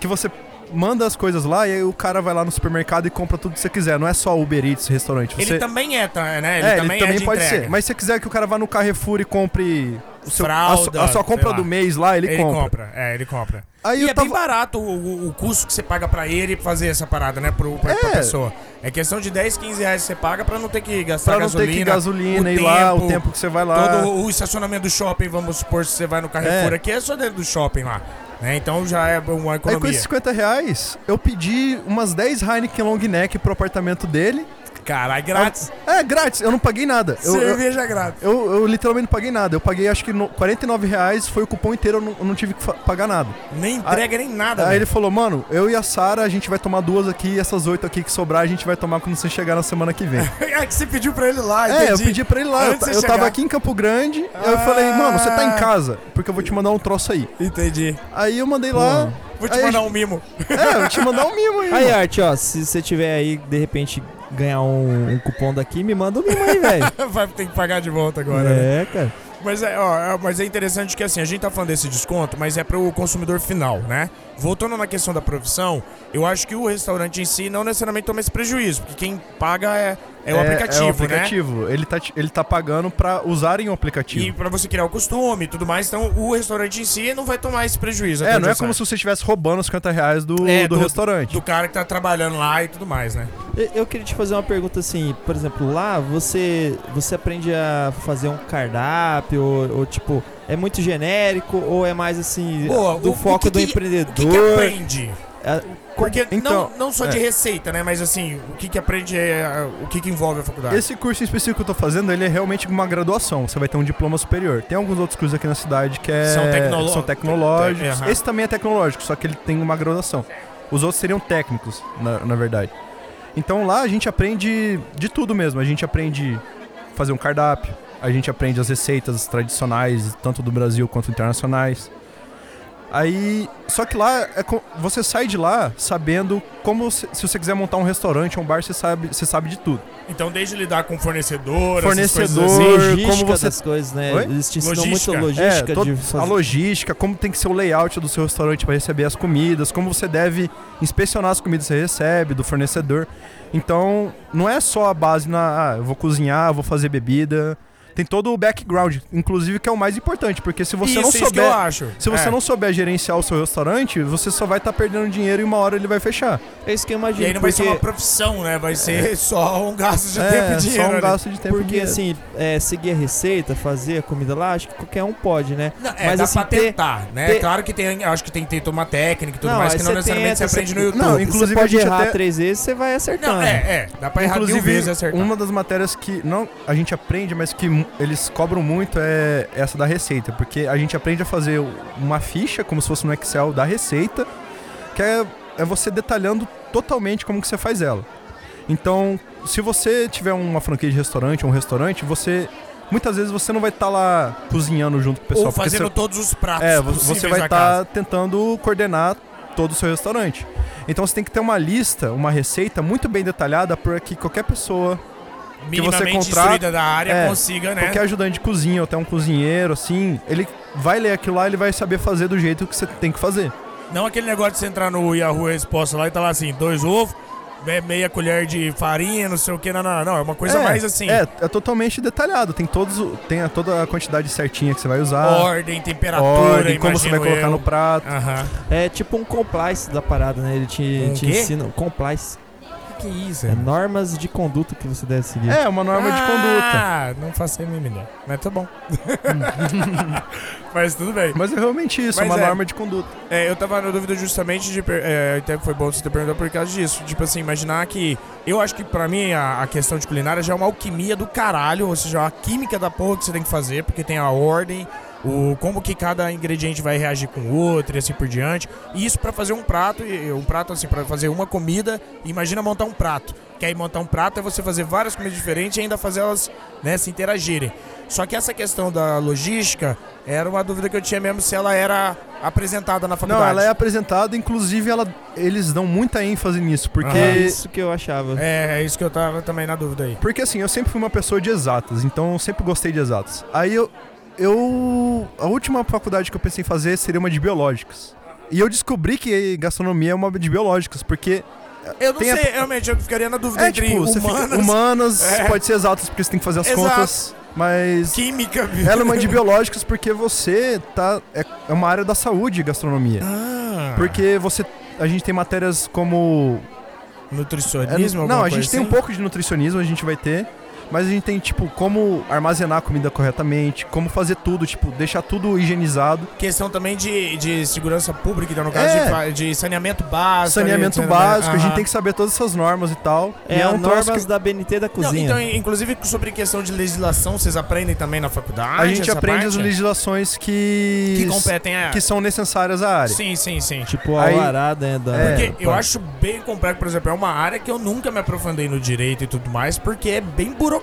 [SPEAKER 3] que você manda as coisas lá e aí o cara vai lá no supermercado e compra tudo que você quiser. Não é só Uber Eats, restaurante. Você...
[SPEAKER 1] Ele também é, tá, né? Ele
[SPEAKER 3] é,
[SPEAKER 1] também, é de
[SPEAKER 3] pode
[SPEAKER 1] entrega.
[SPEAKER 3] ser. Mas se você quiser que o cara vá no Carrefour e compre o seu, a, su- a
[SPEAKER 1] Fralda,
[SPEAKER 3] sua compra
[SPEAKER 1] sei lá.
[SPEAKER 3] do mês lá, ele,
[SPEAKER 1] Ele,
[SPEAKER 3] compra.
[SPEAKER 1] compra. É, ele compra.
[SPEAKER 3] Aí
[SPEAKER 1] e
[SPEAKER 3] eu
[SPEAKER 1] é bem
[SPEAKER 3] tava.
[SPEAKER 1] barato o, o- o custo que você paga pra ele fazer essa parada, né? Pro, pra, pra
[SPEAKER 3] É.
[SPEAKER 1] pessoa. É questão de 10, 15 reais que você paga pra não ter que gastar
[SPEAKER 3] Pra não
[SPEAKER 1] gasolina.
[SPEAKER 3] ter que gasolina
[SPEAKER 1] o
[SPEAKER 3] e lá, o
[SPEAKER 1] tempo,
[SPEAKER 3] tempo que você vai lá.
[SPEAKER 1] Todo o estacionamento do shopping, vamos supor, se você vai no Carrefour
[SPEAKER 3] É.
[SPEAKER 1] aqui, é só dentro do shopping lá. Né? Então já é uma
[SPEAKER 3] Aí com
[SPEAKER 1] economia.
[SPEAKER 3] esses 50 reais, eu pedi umas 10 Heineken Long Neck pro apartamento dele.
[SPEAKER 1] Caralho, grátis.
[SPEAKER 3] É, grátis, eu não paguei nada. Eu, eu,
[SPEAKER 1] Cerveja grátis.
[SPEAKER 3] eu- eu literalmente não paguei nada. Eu paguei acho que no, 49 reais, foi o cupom inteiro, eu não, eu não tive que fa- pagar nada.
[SPEAKER 1] Nem entrega, nem nada.
[SPEAKER 3] Aí
[SPEAKER 1] velho.
[SPEAKER 3] ele falou, mano, eu e a Sara, a gente vai tomar duas aqui, e essas oito aqui que sobrar, a gente vai tomar quando você chegar na semana que vem.
[SPEAKER 1] É que você pediu pra ele lá,
[SPEAKER 3] é, eu
[SPEAKER 1] entendi.
[SPEAKER 3] pedi pra ele lá, eu,
[SPEAKER 1] Antes de
[SPEAKER 3] eu
[SPEAKER 1] chegar. Ah.
[SPEAKER 3] tava aqui em Campo Grande, aí eu falei, mano, você tá em casa, porque eu vou te mandar um troço aí.
[SPEAKER 1] Entendi.
[SPEAKER 3] Aí eu mandei lá.
[SPEAKER 1] Vou te
[SPEAKER 3] aí-
[SPEAKER 1] mandar um mimo.
[SPEAKER 3] É, eu vou te mandar um mimo aí.
[SPEAKER 1] é
[SPEAKER 2] Aí,
[SPEAKER 3] mano.
[SPEAKER 2] Art, ó, se você tiver aí, de repente, ganhar um, um cupom daqui, me manda um mimo aí, velho.
[SPEAKER 1] Vai ter que pagar de volta agora. né?
[SPEAKER 2] é, cara.
[SPEAKER 1] Mas é, ó, é- mas é interessante que assim, a gente tá falando desse desconto, mas é pro consumidor final, né? Voltando na questão da profissão, eu acho que o restaurante em si não necessariamente toma esse prejuízo, porque quem paga é É o aplicativo,
[SPEAKER 3] é o
[SPEAKER 1] né?
[SPEAKER 3] aplicativo. Ele, tá, te- ele tá pagando pra usarem o aplicativo.
[SPEAKER 1] E pra você criar o costume e tudo mais, então o restaurante em si não vai tomar esse prejuízo. até
[SPEAKER 3] É,
[SPEAKER 1] onde
[SPEAKER 3] não é
[SPEAKER 1] eu
[SPEAKER 3] como
[SPEAKER 1] saiba.
[SPEAKER 3] se você estivesse roubando os 50 reais do,
[SPEAKER 1] É,
[SPEAKER 3] do,
[SPEAKER 1] do-
[SPEAKER 3] restaurante.
[SPEAKER 1] Do cara que tá trabalhando lá e tudo mais, né?
[SPEAKER 2] Eu- Eu queria te fazer uma pergunta assim, por exemplo, lá você você aprende a fazer um cardápio ou, ou, tipo é muito genérico ou é mais assim
[SPEAKER 1] Boa,
[SPEAKER 2] do
[SPEAKER 1] o- o
[SPEAKER 2] foco
[SPEAKER 1] que
[SPEAKER 2] do
[SPEAKER 1] que-
[SPEAKER 2] empreendedor?
[SPEAKER 1] O que, que aprende?
[SPEAKER 2] É,
[SPEAKER 1] Porque
[SPEAKER 3] Então,
[SPEAKER 1] não, não só de
[SPEAKER 3] é.
[SPEAKER 1] receita, né? Mas assim, o que, que aprende é ah, o que, que envolve a faculdade.
[SPEAKER 3] Esse curso em específico que eu tô fazendo, ele é realmente uma graduação. Você vai ter um diploma superior. Tem alguns outros cursos aqui na cidade que é-
[SPEAKER 1] São tecnolo-
[SPEAKER 3] são tecnológicos.
[SPEAKER 1] Te- te- aham.
[SPEAKER 3] Esse também é tecnológico, só que ele tem uma graduação. Os outros seriam técnicos, na, na verdade. Então lá a gente aprende de tudo mesmo. A gente aprende fazer um cardápio, a gente aprende as receitas tradicionais, tanto do Brasil quanto internacionais. Aí, só que lá é co- você sai de lá sabendo como se, se você quiser montar um restaurante ou um bar, você sabe, você sabe de tudo.
[SPEAKER 1] Então, desde lidar com fornecedor,
[SPEAKER 3] Fornecedor,
[SPEAKER 1] essas coisas assim,
[SPEAKER 2] logística
[SPEAKER 3] como você-
[SPEAKER 2] das coisas, né?
[SPEAKER 3] Oi?
[SPEAKER 2] Eles te ensinam
[SPEAKER 1] Logística.
[SPEAKER 2] muito logística
[SPEAKER 3] É, todo-
[SPEAKER 2] de
[SPEAKER 3] a
[SPEAKER 2] fazer-
[SPEAKER 3] logística, como tem que ser o layout do seu restaurante para receber as comidas, como você deve inspecionar as comidas que você recebe do fornecedor. Então, não é só a base na, ah, eu vou cozinhar, eu vou fazer bebida. Tem todo o background, inclusive que é o mais importante, porque se você
[SPEAKER 1] isso, é
[SPEAKER 3] não
[SPEAKER 1] isso que eu
[SPEAKER 3] souber,
[SPEAKER 1] acho.
[SPEAKER 3] se você
[SPEAKER 1] É.
[SPEAKER 3] não souber gerenciar o seu restaurante, você só vai estar perdendo dinheiro e uma hora ele vai fechar.
[SPEAKER 2] É isso que eu
[SPEAKER 1] E
[SPEAKER 2] imagino.
[SPEAKER 1] aí não vai ser
[SPEAKER 2] porque-
[SPEAKER 1] uma profissão, né? Vai ser só um gasto de
[SPEAKER 3] é,
[SPEAKER 1] tempo e dinheiro.
[SPEAKER 3] só um
[SPEAKER 1] né?
[SPEAKER 3] gasto de tempo e
[SPEAKER 2] Porque
[SPEAKER 3] dinheiro.
[SPEAKER 2] assim, é, seguir a receita, fazer a comida lá, acho que qualquer um pode, né?
[SPEAKER 1] Não, é,
[SPEAKER 2] Mas,
[SPEAKER 1] dá
[SPEAKER 2] assim,
[SPEAKER 1] pra
[SPEAKER 2] ter-
[SPEAKER 1] tentar, né?
[SPEAKER 2] ter-
[SPEAKER 1] Claro que tem, acho que tem que ter uma técnica e tudo
[SPEAKER 2] Não, é
[SPEAKER 1] mais,
[SPEAKER 2] aí
[SPEAKER 1] que não
[SPEAKER 2] você
[SPEAKER 1] necessariamente
[SPEAKER 2] tenta,
[SPEAKER 1] você aprende
[SPEAKER 2] você-
[SPEAKER 1] no YouTube.
[SPEAKER 3] Não,
[SPEAKER 1] Não,
[SPEAKER 3] inclusive,
[SPEAKER 2] você
[SPEAKER 3] a
[SPEAKER 2] pode
[SPEAKER 3] gente
[SPEAKER 2] errar
[SPEAKER 3] até-
[SPEAKER 2] três vezes, você vai acertando.
[SPEAKER 1] é, é. Dá pra errar mil vezes e
[SPEAKER 3] Inclusive,
[SPEAKER 1] acertar.
[SPEAKER 3] uma das matérias que não a gente aprende, mas que mu- eles cobram muito é essa da receita, porque a gente aprende a fazer o- uma ficha, como se fosse no Excel, da receita, que é, é você detalhando totalmente como que você faz ela. Então, se você tiver uma franquia de restaurante, um restaurante, você muitas vezes você não vai estar lá cozinhando junto com o pessoal,
[SPEAKER 1] Ou
[SPEAKER 3] porque
[SPEAKER 1] fazendo todos os pratos
[SPEAKER 3] é, vo-
[SPEAKER 1] possíveis
[SPEAKER 3] você vai
[SPEAKER 1] na
[SPEAKER 3] estar
[SPEAKER 1] casa.
[SPEAKER 3] tentando coordenar todo o seu restaurante. Então você tem que ter uma lista, uma receita muito bem detalhada para que qualquer pessoa,
[SPEAKER 1] minimamente
[SPEAKER 3] contrata-
[SPEAKER 1] instruída da área
[SPEAKER 3] é,
[SPEAKER 1] consiga, né?
[SPEAKER 3] qualquer ajudante de cozinha ou até um cozinheiro, assim, ele vai ler aquilo lá, ele vai saber fazer do jeito que você tem que fazer.
[SPEAKER 1] Não aquele negócio de você entrar no Yahoo Resposta lá e tá lá assim, dois ovos, me- meia colher de farinha, não sei o que, não, não, não. É uma coisa
[SPEAKER 3] é,
[SPEAKER 1] mais assim,
[SPEAKER 3] É, é totalmente detalhado. Tem todos, o- tem a- toda a quantidade certinha que você vai usar.
[SPEAKER 1] ordem, temperatura,
[SPEAKER 3] tá. ordem, como você vai
[SPEAKER 1] imagino
[SPEAKER 3] colocar
[SPEAKER 1] eu.
[SPEAKER 3] no prato.
[SPEAKER 1] Aham.
[SPEAKER 2] É tipo um compliance da parada, né? Ele te,
[SPEAKER 1] Um
[SPEAKER 2] te
[SPEAKER 1] quê?
[SPEAKER 2] ensina. Compliance.
[SPEAKER 1] Que isso?
[SPEAKER 2] É normas de conduta que você deve seguir.
[SPEAKER 3] É, uma norma de conduta.
[SPEAKER 1] Ah, não faço a mínima ideia. Mas tá bom. Mas tudo bem.
[SPEAKER 3] Mas é realmente isso,
[SPEAKER 1] Mas
[SPEAKER 3] uma
[SPEAKER 1] é.
[SPEAKER 3] norma de conduta.
[SPEAKER 1] É, eu tava na dúvida justamente de. per- É, até foi bom você ter perguntado por causa disso. Tipo assim, imaginar que. Eu acho que pra mim a, a questão de culinária já é uma alquimia do caralho, ou seja, é uma química da porra que você tem que fazer, porque tem a ordem, o como que cada ingrediente vai reagir com o outro e assim por diante. E isso pra fazer um prato, e- um prato assim, pra fazer uma comida, imagina montar um prato. Que aí montar um prato é você fazer várias comidas diferentes e ainda fazer elas né, se interagirem. Só que essa questão da logística era uma dúvida que eu tinha mesmo se ela era apresentada na faculdade.
[SPEAKER 3] Não, ela é apresentada, inclusive ela, eles dão muita ênfase nisso, porque
[SPEAKER 2] É isso que eu achava.
[SPEAKER 1] É, é isso que eu tava também na dúvida aí.
[SPEAKER 3] Porque assim, eu sempre fui uma pessoa de exatas, então eu sempre gostei de exatas. Aí eu. Eu. A última faculdade que eu pensei em fazer seria uma de biológicas. E eu descobri que gastronomia é uma de biológicas, porque.
[SPEAKER 1] Eu não
[SPEAKER 3] Tem a-
[SPEAKER 1] sei, realmente, eu ficaria na dúvida
[SPEAKER 3] É
[SPEAKER 1] entre
[SPEAKER 3] tipo, você fica-
[SPEAKER 1] humanas,
[SPEAKER 3] humanas
[SPEAKER 1] É.
[SPEAKER 3] pode ser exatas, porque você tem que fazer as
[SPEAKER 1] Exato.
[SPEAKER 3] contas. Mas.
[SPEAKER 1] química.
[SPEAKER 3] Ela é uma de biológicas porque você tá. É, é uma área da saúde, gastronomia.
[SPEAKER 1] Ah,
[SPEAKER 3] Porque você. A gente tem matérias como É,
[SPEAKER 1] nutricionismo,
[SPEAKER 3] não,
[SPEAKER 1] alguma
[SPEAKER 3] a gente
[SPEAKER 1] coisa
[SPEAKER 3] tem um
[SPEAKER 1] assim?
[SPEAKER 3] pouco de nutricionismo, a gente vai ter. Mas a gente tem, tipo, como armazenar a comida corretamente, como fazer tudo, tipo, deixar tudo higienizado.
[SPEAKER 1] Questão também de, de segurança pública, então, no caso,
[SPEAKER 3] É.
[SPEAKER 1] de fa- de, saneamento básico. né?
[SPEAKER 3] Saneamento básico, a gente tem que saber todas essas normas e tal.
[SPEAKER 2] É,
[SPEAKER 3] e
[SPEAKER 2] a normas
[SPEAKER 3] um troço que
[SPEAKER 2] da BNT da
[SPEAKER 1] Não,
[SPEAKER 2] cozinha.
[SPEAKER 1] então, inclusive, sobre questão de legislação, vocês aprendem também na faculdade?
[SPEAKER 3] a gente
[SPEAKER 1] essa
[SPEAKER 3] aprende
[SPEAKER 1] parte?
[SPEAKER 3] as legislações que.
[SPEAKER 1] Que competem a...
[SPEAKER 3] que são necessárias à área.
[SPEAKER 1] Sim, sim, sim.
[SPEAKER 2] Tipo a
[SPEAKER 3] Aí-
[SPEAKER 2] alvará, né? Da...
[SPEAKER 3] É,
[SPEAKER 1] Porque eu
[SPEAKER 2] pá.
[SPEAKER 1] acho bem complexo, por exemplo, é uma área que eu nunca me aprofundei no direito e tudo mais, porque é bem burocrática,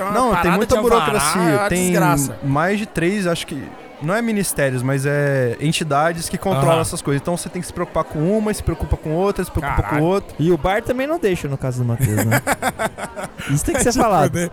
[SPEAKER 1] é uma
[SPEAKER 3] Não, tem
[SPEAKER 1] parada
[SPEAKER 3] muita
[SPEAKER 1] de alvará, é
[SPEAKER 3] burocracia.
[SPEAKER 1] uma
[SPEAKER 3] Tem
[SPEAKER 1] desgraça.
[SPEAKER 3] mais de três, acho que. Não é ministérios, mas é entidades que controlam
[SPEAKER 1] Aham.
[SPEAKER 3] essas coisas. Então você tem que se preocupar com uma, se preocupa com outra, se preocupa
[SPEAKER 1] Caralho.
[SPEAKER 3] com outra.
[SPEAKER 2] E o bar também não deixa, no caso do Matheus, né? Isso tem que ser falado.
[SPEAKER 1] né?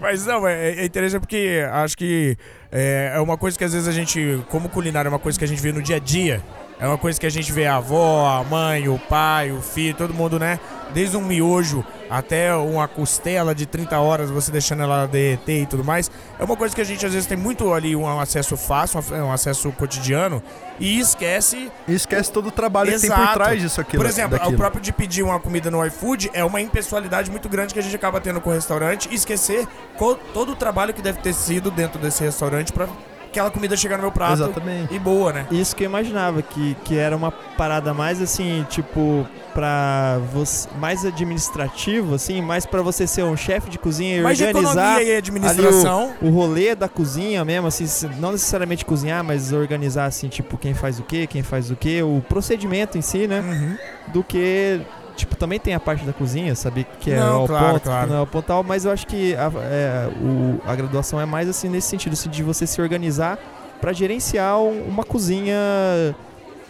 [SPEAKER 1] Mas não, é, é interessante porque acho que é, é uma coisa que às vezes a gente, como culinária, é uma coisa que a gente vê no dia a dia. É uma coisa que a gente vê a avó, a mãe, o pai, o filho, todo mundo, né? Desde um miojo até uma costela de 30 horas, você deixando ela derreter e tudo mais. É uma coisa que a gente às vezes tem muito ali um acesso fácil, um acesso cotidiano e esquece
[SPEAKER 3] E esquece todo o trabalho que tem por
[SPEAKER 1] Exato.
[SPEAKER 3] trás disso aqui.
[SPEAKER 1] por exemplo,
[SPEAKER 3] daquilo.
[SPEAKER 1] o próprio de pedir uma comida no iFood é uma impessoalidade muito grande que a gente acaba tendo com o restaurante e esquecer co- todo o trabalho que deve ter sido dentro desse restaurante para aquela comida chegar no meu prato
[SPEAKER 3] Exatamente.
[SPEAKER 1] e boa, né?
[SPEAKER 2] Isso que eu imaginava, que, que era uma parada mais assim, tipo, pra você. Mais administrativo, assim, mais pra você ser um chefe de cozinha e
[SPEAKER 1] Mas de
[SPEAKER 2] organizar
[SPEAKER 1] economia e administração,
[SPEAKER 2] o rolê da cozinha mesmo, assim, se- não necessariamente cozinhar, mas organizar assim, tipo, quem faz o que, quem faz o que, o procedimento em si, né?
[SPEAKER 1] Uhum.
[SPEAKER 2] Do que. Tipo, também tem a parte da cozinha, saber que é
[SPEAKER 1] Não,
[SPEAKER 2] o
[SPEAKER 1] claro,
[SPEAKER 2] ponto,
[SPEAKER 1] claro.
[SPEAKER 2] que não é o ponto tal, mas eu acho que a, é, o- a graduação é mais assim nesse sentido, assim, de você se organizar pra gerenciar um- uma cozinha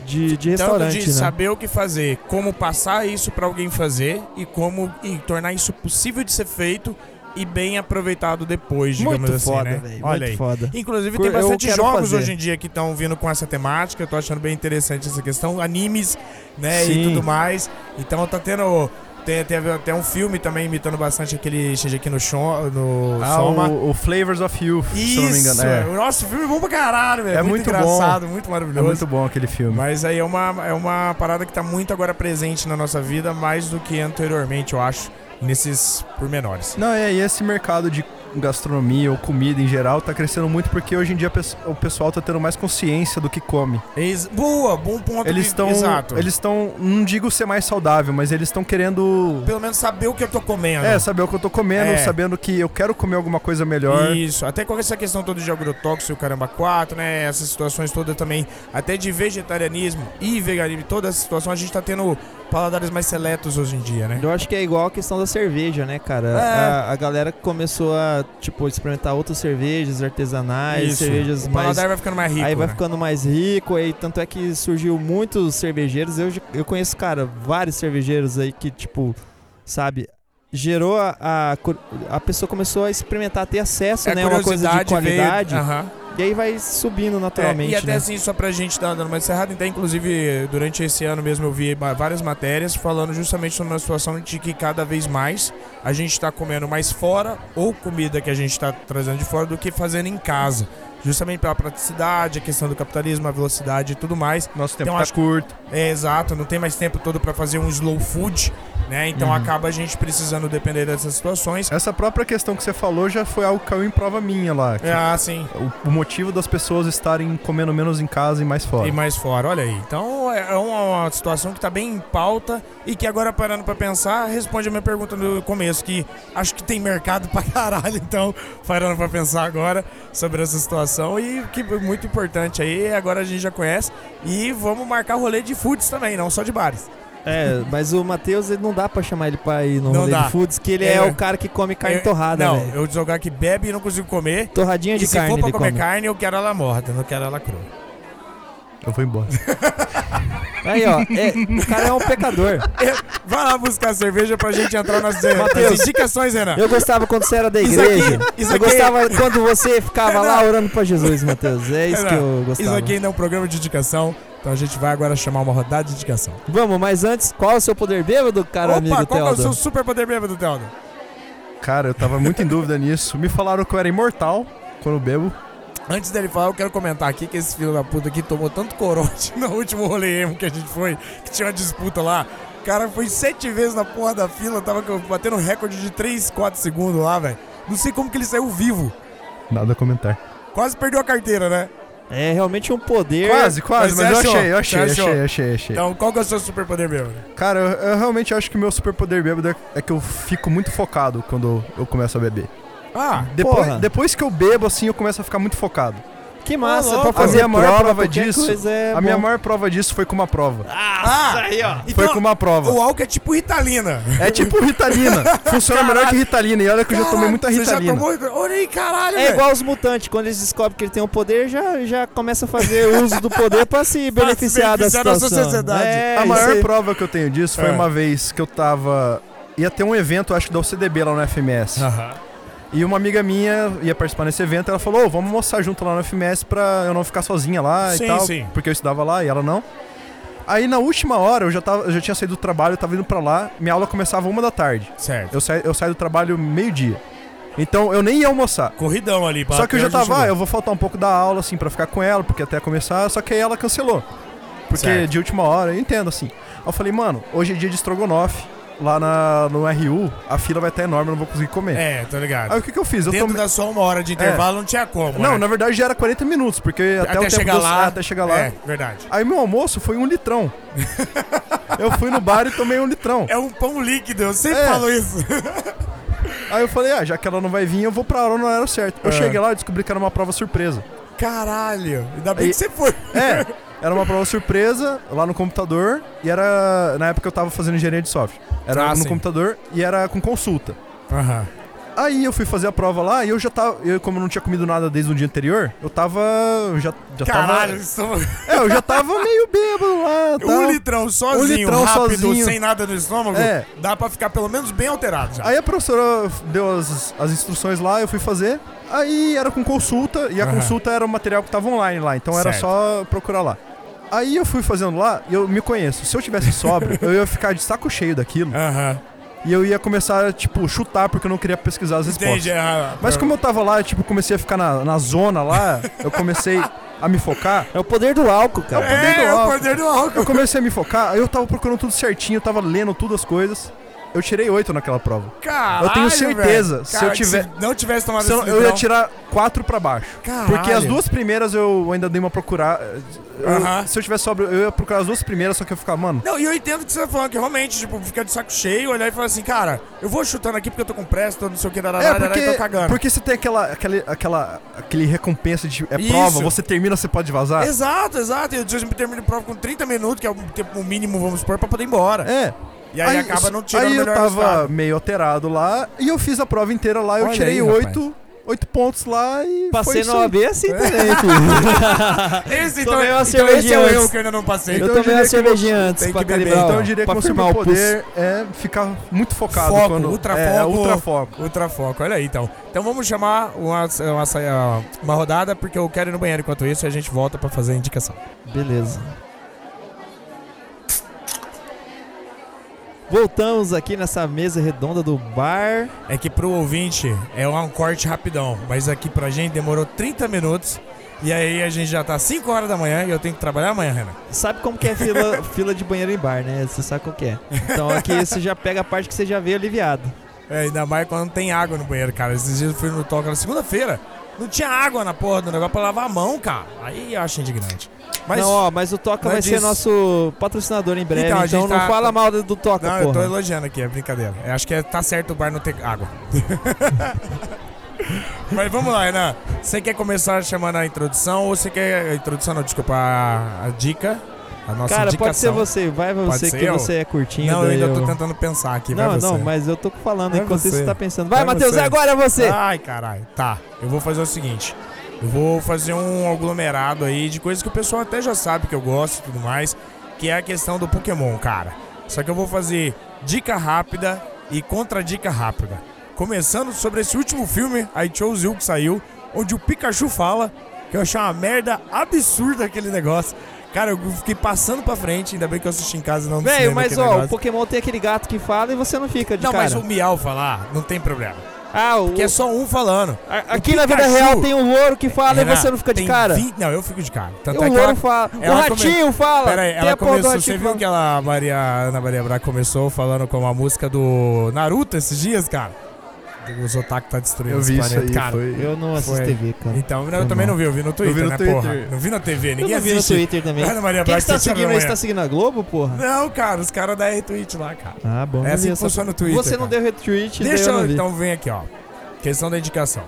[SPEAKER 2] de,
[SPEAKER 1] tanto
[SPEAKER 2] de restaurante,
[SPEAKER 1] Então, de
[SPEAKER 2] né?
[SPEAKER 1] saber o que fazer, como passar isso para alguém fazer e como e tornar isso possível de ser feito e bem aproveitado depois, digamos
[SPEAKER 2] Muito
[SPEAKER 1] assim,
[SPEAKER 2] foda,
[SPEAKER 1] né?
[SPEAKER 2] velho,
[SPEAKER 1] Olha
[SPEAKER 2] muito
[SPEAKER 1] aí.
[SPEAKER 2] foda.
[SPEAKER 1] Inclusive,
[SPEAKER 2] Cur-
[SPEAKER 1] tem
[SPEAKER 2] eu
[SPEAKER 1] bastante
[SPEAKER 2] quero
[SPEAKER 1] jogos
[SPEAKER 2] fazer.
[SPEAKER 1] hoje em dia que estão vindo com essa temática. Eu tô achando bem interessante essa questão. Animes, né?
[SPEAKER 2] Sim.
[SPEAKER 1] E tudo mais. Então tá tendo. Tem, teve até um filme também imitando bastante aquele Shingeki no, Shon, no
[SPEAKER 3] Ah,
[SPEAKER 1] Soma.
[SPEAKER 3] o, o Flavors of Youth, se eu não me
[SPEAKER 1] Isso!
[SPEAKER 3] engano. É,
[SPEAKER 1] O nosso filme é bom pra caralho, velho.
[SPEAKER 3] É
[SPEAKER 1] muito,
[SPEAKER 3] muito bom.
[SPEAKER 1] engraçado, muito
[SPEAKER 3] é
[SPEAKER 1] maravilhoso.
[SPEAKER 3] muito bom aquele filme.
[SPEAKER 1] Mas aí é uma, é uma parada que tá muito agora presente na nossa vida, mais do que anteriormente, eu acho, nesses pormenores.
[SPEAKER 3] Não, é, e esse mercado de gastronomia ou comida em geral tá crescendo muito porque hoje em dia pes- o pessoal tá tendo mais consciência do que come.
[SPEAKER 1] Ex- Boa, bom ponto.
[SPEAKER 3] Eles
[SPEAKER 1] de-
[SPEAKER 3] estão.
[SPEAKER 1] Exato.
[SPEAKER 3] Eles estão. Não digo ser mais saudável, mas eles estão querendo.
[SPEAKER 1] Pelo menos saber o que eu tô comendo.
[SPEAKER 3] É, saber o que eu tô comendo,
[SPEAKER 1] É.
[SPEAKER 3] sabendo que eu quero comer alguma coisa melhor.
[SPEAKER 1] Isso, até com essa questão toda de agrotóxico, o caramba 4, né? Essas situações todas também, até de vegetarianismo e veganismo, toda essa situação, a gente tá tendo paladares mais seletos hoje em dia, né?
[SPEAKER 2] Eu acho que é igual a questão da cerveja, né, cara?
[SPEAKER 1] É.
[SPEAKER 2] A, a galera começou a, tipo, experimentar outras cervejas artesanais, cervejas
[SPEAKER 1] o
[SPEAKER 2] mais.
[SPEAKER 1] paladar vai ficando mais rico.
[SPEAKER 2] aí vai
[SPEAKER 1] né?
[SPEAKER 2] ficando mais rico, aí tanto é que surgiu muitos cervejeiros. Eu, eu conheço, cara, vários cervejeiros aí que, tipo, sabe, gerou a. A, cu- a pessoa começou a experimentar, ter acesso,
[SPEAKER 1] É,
[SPEAKER 2] né? Uma coisa de
[SPEAKER 1] curiosidade veio-
[SPEAKER 2] qualidade.
[SPEAKER 1] Aham.
[SPEAKER 2] E aí vai subindo naturalmente.
[SPEAKER 1] É, e até
[SPEAKER 2] né?
[SPEAKER 1] assim, só pra gente dar dando mais cerrado, então, inclusive, durante esse ano mesmo eu vi ma- várias matérias falando justamente sobre uma situação de que cada vez mais a gente tá comendo mais fora ou comida que a gente tá trazendo de fora do que fazendo em casa. Justamente pela praticidade, a questão do capitalismo, a velocidade e tudo mais.
[SPEAKER 3] Nosso tempo
[SPEAKER 1] Então,
[SPEAKER 3] tá
[SPEAKER 1] acho-
[SPEAKER 3] curto.
[SPEAKER 1] É exato, não tem mais tempo todo pra fazer um slow food, né? Então
[SPEAKER 3] Uhum.
[SPEAKER 1] acaba a gente precisando depender dessas situações.
[SPEAKER 3] Essa própria questão que você falou já foi algo que caiu em prova minha lá. que
[SPEAKER 1] Ah, sim.
[SPEAKER 3] O, o motivo das pessoas estarem comendo menos em casa e mais fora.
[SPEAKER 1] E mais fora, olha aí. Então é é uma, uma situação que tá bem em pauta e que agora parando pra pensar, responde a minha pergunta no começo, que acho que tem mercado pra caralho, então parando pra pensar agora sobre essa situação e que é muito importante aí, agora a gente já conhece e vamos marcar rolê de foods também, não só de bares.
[SPEAKER 2] É, mas o Matheus, ele não dá pra chamar ele pra ir no
[SPEAKER 1] Não
[SPEAKER 2] rolê
[SPEAKER 1] dá.
[SPEAKER 2] de foods, que ele é,
[SPEAKER 1] É.
[SPEAKER 2] o cara que come carne
[SPEAKER 1] Eu-
[SPEAKER 2] torrada,
[SPEAKER 1] Não,
[SPEAKER 2] velho.
[SPEAKER 1] eu jogar que bebe e não consigo comer.
[SPEAKER 2] Torradinha
[SPEAKER 1] E
[SPEAKER 2] de
[SPEAKER 1] se
[SPEAKER 2] carne
[SPEAKER 1] for pra
[SPEAKER 2] ele
[SPEAKER 1] comer
[SPEAKER 2] come.
[SPEAKER 1] carne, eu quero ela morta, não quero ela crua.
[SPEAKER 3] Eu vou embora.
[SPEAKER 2] Aí, ó, é, o cara é um pecador.
[SPEAKER 1] Vai lá buscar cerveja pra gente entrar nas, nas
[SPEAKER 2] Mateus,
[SPEAKER 1] indicações, Renan.
[SPEAKER 2] Eu gostava quando você era da
[SPEAKER 1] Isso aqui-
[SPEAKER 2] igreja.
[SPEAKER 1] isso
[SPEAKER 2] eu
[SPEAKER 1] aqui-
[SPEAKER 2] gostava quando você ficava lá orando pra Jesus, Matheus. É isso que eu
[SPEAKER 1] Isso
[SPEAKER 2] gostava.
[SPEAKER 1] aqui ainda é um programa de indicação, então a gente vai agora chamar uma rodada de indicação.
[SPEAKER 2] Vamos, mas antes, qual é o seu poder bêbado, cara
[SPEAKER 1] Opa,
[SPEAKER 2] amigo
[SPEAKER 1] qual que é o
[SPEAKER 2] Teodo?
[SPEAKER 1] seu super poder mesmo do Teodo?
[SPEAKER 3] Cara, eu tava muito em dúvida nisso. Me falaram que eu era imortal quando bebo.
[SPEAKER 1] Antes dele falar, eu quero comentar aqui que esse filho da puta aqui tomou tanto corote no último rolê emo que a gente foi, que tinha uma disputa lá. O cara foi sete vezes na porra da fila, tava co- batendo um recorde de 3, 4 segundos lá, velho. Não sei como que ele saiu vivo.
[SPEAKER 3] Nada a comentar.
[SPEAKER 1] Quase perdeu a carteira, né?
[SPEAKER 2] É realmente um poder.
[SPEAKER 3] Quase, quase,
[SPEAKER 1] Mas você
[SPEAKER 3] mas, eu
[SPEAKER 1] achou?
[SPEAKER 3] achei, eu achei,
[SPEAKER 1] Você achou?
[SPEAKER 3] achei, achei, achei.
[SPEAKER 1] Então, qual que é o seu super poder mesmo?
[SPEAKER 3] Cara, eu, eu realmente acho que meu superpoder bêbado é- é que eu fico muito focado quando eu começo a beber.
[SPEAKER 1] Ah,
[SPEAKER 3] Depois,
[SPEAKER 2] Porra.
[SPEAKER 3] depois que eu bebo, assim, eu começo a ficar muito focado.
[SPEAKER 2] Que massa,
[SPEAKER 1] Ô,
[SPEAKER 2] pra
[SPEAKER 1] louco.
[SPEAKER 2] fazer
[SPEAKER 3] A minha maior
[SPEAKER 2] prova,
[SPEAKER 3] prova
[SPEAKER 2] qualquer
[SPEAKER 3] disso,
[SPEAKER 2] coisa é
[SPEAKER 3] a minha
[SPEAKER 2] bom.
[SPEAKER 3] maior prova disso foi com uma prova.
[SPEAKER 1] ah, aí, ó.
[SPEAKER 3] foi com uma prova.
[SPEAKER 1] o álcool é tipo Ritalina.
[SPEAKER 3] É tipo Ritalina. Funciona melhor que Ritalina. E olha que eu já tomei muita
[SPEAKER 1] Caralho,
[SPEAKER 3] Ritalina.
[SPEAKER 1] Você já tomou? Olha aí, caralho,
[SPEAKER 2] É
[SPEAKER 1] velho.
[SPEAKER 2] igual os mutantes, quando eles descobrem que ele tem um poder, já, já começa a fazer uso do poder pra se beneficiar,
[SPEAKER 1] beneficiar da
[SPEAKER 2] da situação.
[SPEAKER 1] sociedade.
[SPEAKER 2] É,
[SPEAKER 3] a
[SPEAKER 2] isso
[SPEAKER 3] maior
[SPEAKER 2] aí.
[SPEAKER 3] prova que eu tenho disso foi
[SPEAKER 1] É.
[SPEAKER 3] uma vez que eu tava. Ia ter um evento, acho que da UCDB lá no FMS.
[SPEAKER 1] Ah.
[SPEAKER 3] E uma amiga minha ia participar nesse evento, ela falou, ô, vamos almoçar junto lá no FMS pra eu não ficar sozinha lá
[SPEAKER 1] Sim,
[SPEAKER 3] e tal.
[SPEAKER 1] sim.
[SPEAKER 3] Porque eu estudava lá e ela não. Aí na última hora eu já, tava, eu já tinha saído do trabalho, eu tava indo pra lá, minha aula começava uma da tarde.
[SPEAKER 1] Certo.
[SPEAKER 3] Eu, saí eu saí do trabalho meio-dia. Então eu nem ia almoçar.
[SPEAKER 1] Corridão ali. pra-
[SPEAKER 3] Só que eu já
[SPEAKER 1] até onde
[SPEAKER 3] tava, ah,
[SPEAKER 1] chegou.
[SPEAKER 3] eu vou faltar um pouco da aula, assim, pra ficar com ela, porque até começar, só que aí ela cancelou. Porque
[SPEAKER 1] Certo.
[SPEAKER 3] de última hora, eu entendo, assim. Aí eu falei, mano, hoje é dia de estrogonofe, lá na, no RU, a fila vai estar enorme, eu não vou conseguir comer.
[SPEAKER 1] É, tô ligado.
[SPEAKER 3] Aí o que que eu fiz? Eu
[SPEAKER 1] Dentro
[SPEAKER 3] tomei- É.
[SPEAKER 1] da só uma hora de intervalo não tinha como,
[SPEAKER 3] Não,
[SPEAKER 1] né?
[SPEAKER 3] na verdade já era 40 minutos, porque até, o tempo
[SPEAKER 1] chegar
[SPEAKER 3] dos-
[SPEAKER 1] lá.
[SPEAKER 3] é, até chegar lá.
[SPEAKER 1] É, verdade.
[SPEAKER 3] Aí meu almoço foi um litrão. eu fui no bar e tomei um litrão.
[SPEAKER 1] É um pão líquido, eu sempre
[SPEAKER 3] É.
[SPEAKER 1] falo isso.
[SPEAKER 3] Aí eu falei, ah, já que ela não vai vir, eu vou pra aula no horário certo. Eu
[SPEAKER 1] É.
[SPEAKER 3] cheguei lá e descobri que era uma prova surpresa.
[SPEAKER 1] Caralho, ainda bem
[SPEAKER 3] E-
[SPEAKER 1] que você foi.
[SPEAKER 3] É, era uma prova surpresa lá no computador e era. Na época eu tava fazendo engenharia de software. Era
[SPEAKER 1] Ah,
[SPEAKER 3] no
[SPEAKER 1] sim.
[SPEAKER 3] computador e era com consulta.
[SPEAKER 1] Aham.
[SPEAKER 3] Aí eu fui fazer a prova lá e eu já tava. Eu, como eu não tinha comido nada desde o dia anterior, eu tava. Eu já, já
[SPEAKER 1] Caralho,
[SPEAKER 3] tava.
[SPEAKER 1] isso-
[SPEAKER 3] É, eu já tava meio bêbado lá. Tal.
[SPEAKER 1] um litrão sozinho,
[SPEAKER 3] litrão
[SPEAKER 1] rápido,
[SPEAKER 3] sozinho.
[SPEAKER 1] sem nada no estômago,
[SPEAKER 3] É.
[SPEAKER 1] dá pra ficar pelo menos bem alterado já.
[SPEAKER 3] Aí a professora deu as, as instruções lá, eu fui fazer. Aí era com consulta, e a
[SPEAKER 1] Aham.
[SPEAKER 3] consulta era o material que tava online lá, então era
[SPEAKER 1] Certo.
[SPEAKER 3] só procurar lá. Aí eu fui fazendo lá, e eu me conheço. Se eu tivesse sóbrio, eu ia ficar de saco cheio daquilo.
[SPEAKER 1] Aham.
[SPEAKER 3] E eu ia começar, tipo, chutar porque eu não queria pesquisar as respostas.
[SPEAKER 1] Entendi. é, aham.
[SPEAKER 3] Mas como eu tava lá, eu, tipo, comecei a ficar na, na zona lá, eu comecei a me focar.
[SPEAKER 2] É o poder do álcool, cara.
[SPEAKER 3] poder do
[SPEAKER 1] É, o
[SPEAKER 3] álcool.
[SPEAKER 1] poder do álcool.
[SPEAKER 3] Eu comecei a me focar, aí eu tava procurando tudo certinho, eu tava lendo tudo as coisas. Eu tirei oito naquela prova.
[SPEAKER 1] Caralho,
[SPEAKER 3] Eu tenho certeza,
[SPEAKER 1] velho.
[SPEAKER 3] se eu
[SPEAKER 1] Cara, que
[SPEAKER 3] tiver-
[SPEAKER 1] se não tivesse tomado
[SPEAKER 3] Se eu,
[SPEAKER 1] esse
[SPEAKER 3] eu ia
[SPEAKER 1] litrão-
[SPEAKER 3] tirar quatro pra baixo.
[SPEAKER 1] Caralho.
[SPEAKER 3] Porque as duas primeiras eu ainda dei uma procurar. eu-
[SPEAKER 1] Aham.
[SPEAKER 3] Se eu tivesse sobre, eu ia procurar as duas primeiras, só que eu ia ficar, mano.
[SPEAKER 1] Não, e eu entendo o que você tá falando, que realmente, tipo, fica de saco cheio, olhar e falar assim, cara, eu vou chutando aqui porque eu tô com pressa, tô não sei o que, dará,
[SPEAKER 3] É,
[SPEAKER 1] e tô
[SPEAKER 3] porque,
[SPEAKER 1] tá cagando.
[SPEAKER 3] porque você tem aquela, aquela, aquela aquele recompensa de é
[SPEAKER 1] Isso.
[SPEAKER 3] prova, você termina, você pode vazar.
[SPEAKER 1] Exato, exato. E eu sempre termino a prova com 30 minutos, que é o tempo mínimo, vamos supor, pra poder ir embora.
[SPEAKER 3] É.
[SPEAKER 1] E aí, acaba não tirando o
[SPEAKER 3] Aí eu
[SPEAKER 1] melhor
[SPEAKER 3] tava
[SPEAKER 1] resultado.
[SPEAKER 3] meio alterado lá e eu fiz a prova inteira lá, eu
[SPEAKER 1] Olha aí,
[SPEAKER 3] tirei
[SPEAKER 1] rapaz.
[SPEAKER 3] oito, oito pontos lá e. foi
[SPEAKER 2] Passei
[SPEAKER 3] isso
[SPEAKER 2] na
[SPEAKER 3] aí.
[SPEAKER 2] OAB assim
[SPEAKER 1] É.
[SPEAKER 2] também, filho.
[SPEAKER 1] Esse, então,
[SPEAKER 2] Tomei
[SPEAKER 1] então
[SPEAKER 2] uma
[SPEAKER 1] esse é o
[SPEAKER 2] cervejinha
[SPEAKER 1] erro
[SPEAKER 2] antes.
[SPEAKER 1] que eu ainda não passei.
[SPEAKER 3] Então
[SPEAKER 2] Eu
[SPEAKER 3] eu
[SPEAKER 2] tomei
[SPEAKER 3] diria
[SPEAKER 2] uma
[SPEAKER 3] que
[SPEAKER 2] cervejinha
[SPEAKER 1] você
[SPEAKER 2] antes
[SPEAKER 1] tem
[SPEAKER 2] pra
[SPEAKER 1] que beber,
[SPEAKER 2] calibrar,
[SPEAKER 1] então
[SPEAKER 3] Então
[SPEAKER 2] ó,
[SPEAKER 3] eu diria que
[SPEAKER 2] pra
[SPEAKER 3] o meu
[SPEAKER 2] firmar o pulso.
[SPEAKER 3] poder é ficar muito focado
[SPEAKER 1] Foco,
[SPEAKER 3] quando.
[SPEAKER 1] ultrafoco.
[SPEAKER 3] É, ultrafoco.
[SPEAKER 1] Ultrafoco, olha aí então. Então vamos chamar uma, uma, uma rodada, porque eu quero ir no banheiro enquanto isso e a gente volta pra fazer a indicação.
[SPEAKER 2] Beleza. Voltamos aqui nessa mesa redonda do bar.
[SPEAKER 1] É que pro ouvinte é um corte rapidão, mas aqui pra gente demorou 30 minutos. E aí a gente já tá 5 horas da manhã e eu tenho que trabalhar amanhã, Renan.
[SPEAKER 2] Sabe como que é fila, fila de banheiro em bar, né? Você sabe como que é. Então aqui você já pega a parte que você já veio aliviado.
[SPEAKER 1] É, ainda mais quando não tem água no banheiro, cara. Esses dias eu fui no toque na segunda-feira. Não tinha água na porra do negócio pra lavar a mão, cara. Aí eu acho indignante. Mas.
[SPEAKER 2] não, ó, mas o Toca
[SPEAKER 1] mas
[SPEAKER 2] vai ser
[SPEAKER 1] disso-
[SPEAKER 2] nosso patrocinador em breve,
[SPEAKER 1] Então,
[SPEAKER 2] então,
[SPEAKER 1] a gente
[SPEAKER 2] não
[SPEAKER 1] tá-
[SPEAKER 2] fala mal do do Toca,
[SPEAKER 1] não, eu tô
[SPEAKER 2] porra.
[SPEAKER 1] elogiando aqui, é brincadeira. Eu acho que é- tá certo o bar não ter água. Mas vamos lá, Renan. Você quer começar chamando a introdução ou você quer. A introdução não, desculpa, a, a dica. A nossa
[SPEAKER 2] Cara,
[SPEAKER 1] indicação.
[SPEAKER 2] pode ser você, vai pra
[SPEAKER 1] Pode
[SPEAKER 2] você
[SPEAKER 1] ser
[SPEAKER 2] que
[SPEAKER 1] eu?
[SPEAKER 2] você é curtinho.
[SPEAKER 1] Não, eu ainda tô
[SPEAKER 2] eu-
[SPEAKER 1] tentando pensar aqui, vai
[SPEAKER 2] Não,
[SPEAKER 1] você.
[SPEAKER 2] não, mas eu tô falando,
[SPEAKER 1] Vai
[SPEAKER 2] enquanto isso
[SPEAKER 1] você.
[SPEAKER 2] você tá pensando. Vai,
[SPEAKER 1] Vai
[SPEAKER 2] Matheus,
[SPEAKER 1] você.
[SPEAKER 2] agora é você!
[SPEAKER 1] Ai, caralho. Tá, eu vou fazer o seguinte. Eu vou fazer um aglomerado aí de coisas que o pessoal até já sabe que eu gosto e tudo mais, que é a questão do Pokémon, cara. Só que eu vou fazer dica rápida e contradica rápida. Começando sobre esse último filme, I Chose You, que saiu, onde o Pikachu fala que eu achei uma merda absurda aquele negócio. Cara, eu fiquei passando pra frente, ainda bem que eu assisti em casa e não no
[SPEAKER 2] Velho,
[SPEAKER 1] cinema
[SPEAKER 2] mas
[SPEAKER 1] aquele
[SPEAKER 2] ó, o
[SPEAKER 1] negócio.
[SPEAKER 2] Pokémon tem aquele gato que fala e você não fica de
[SPEAKER 1] Não,
[SPEAKER 2] cara.
[SPEAKER 1] mas o Miau falar, não tem problema.
[SPEAKER 2] Ah, o...
[SPEAKER 1] Porque é só um falando.
[SPEAKER 2] a- aqui na vida
[SPEAKER 1] Pikachu-
[SPEAKER 2] real tem um louro que fala
[SPEAKER 1] Renan,
[SPEAKER 2] e você não fica de
[SPEAKER 1] tem
[SPEAKER 2] cara.
[SPEAKER 1] 20 Não, eu fico de cara.
[SPEAKER 2] E
[SPEAKER 1] Tanto
[SPEAKER 2] o
[SPEAKER 1] é que
[SPEAKER 2] louro
[SPEAKER 1] ela...
[SPEAKER 2] fala. O
[SPEAKER 1] ela come-
[SPEAKER 2] ratinho fala.
[SPEAKER 1] Pera aí,
[SPEAKER 2] tem
[SPEAKER 1] ela
[SPEAKER 2] a porra do
[SPEAKER 1] começou. Você
[SPEAKER 2] ratinho
[SPEAKER 1] viu
[SPEAKER 2] falando.
[SPEAKER 1] que ela, a Maria, a Ana Maria Braga começou falando com a música do Naruto esses dias, cara? O Zotaku tá destruindo
[SPEAKER 3] Eu
[SPEAKER 1] esse
[SPEAKER 3] vi isso
[SPEAKER 1] planeta,
[SPEAKER 3] aí,
[SPEAKER 1] cara.
[SPEAKER 3] foi.
[SPEAKER 2] Eu não assisto
[SPEAKER 1] Foi.
[SPEAKER 2] TV, cara.
[SPEAKER 1] Então, eu
[SPEAKER 2] Foi
[SPEAKER 1] também
[SPEAKER 2] mal.
[SPEAKER 1] não vi, eu vi no Twitter,
[SPEAKER 3] vi no
[SPEAKER 1] né,
[SPEAKER 3] Twitter.
[SPEAKER 1] porra? Não vi na TV,
[SPEAKER 2] Eu
[SPEAKER 1] ninguém
[SPEAKER 2] não vi no
[SPEAKER 1] assiste.
[SPEAKER 2] Twitter também.
[SPEAKER 1] Ana Maria
[SPEAKER 2] Quem
[SPEAKER 1] Braga,
[SPEAKER 2] que você tá
[SPEAKER 1] sete horas
[SPEAKER 2] seguindo aí?
[SPEAKER 1] da
[SPEAKER 2] Você tá seguindo a Globo, porra?
[SPEAKER 1] manhã. Não, cara, os caras da retweet lá, cara.
[SPEAKER 2] Ah, bom.
[SPEAKER 1] é
[SPEAKER 2] não vi
[SPEAKER 1] assim que
[SPEAKER 2] essa-
[SPEAKER 1] funciona o Twitter.
[SPEAKER 2] Você não
[SPEAKER 1] cara.
[SPEAKER 2] deu retweet, daí
[SPEAKER 1] Deixa
[SPEAKER 2] eu não
[SPEAKER 1] eu,
[SPEAKER 2] vi.
[SPEAKER 1] então, vem aqui, ó. Questão da indicação.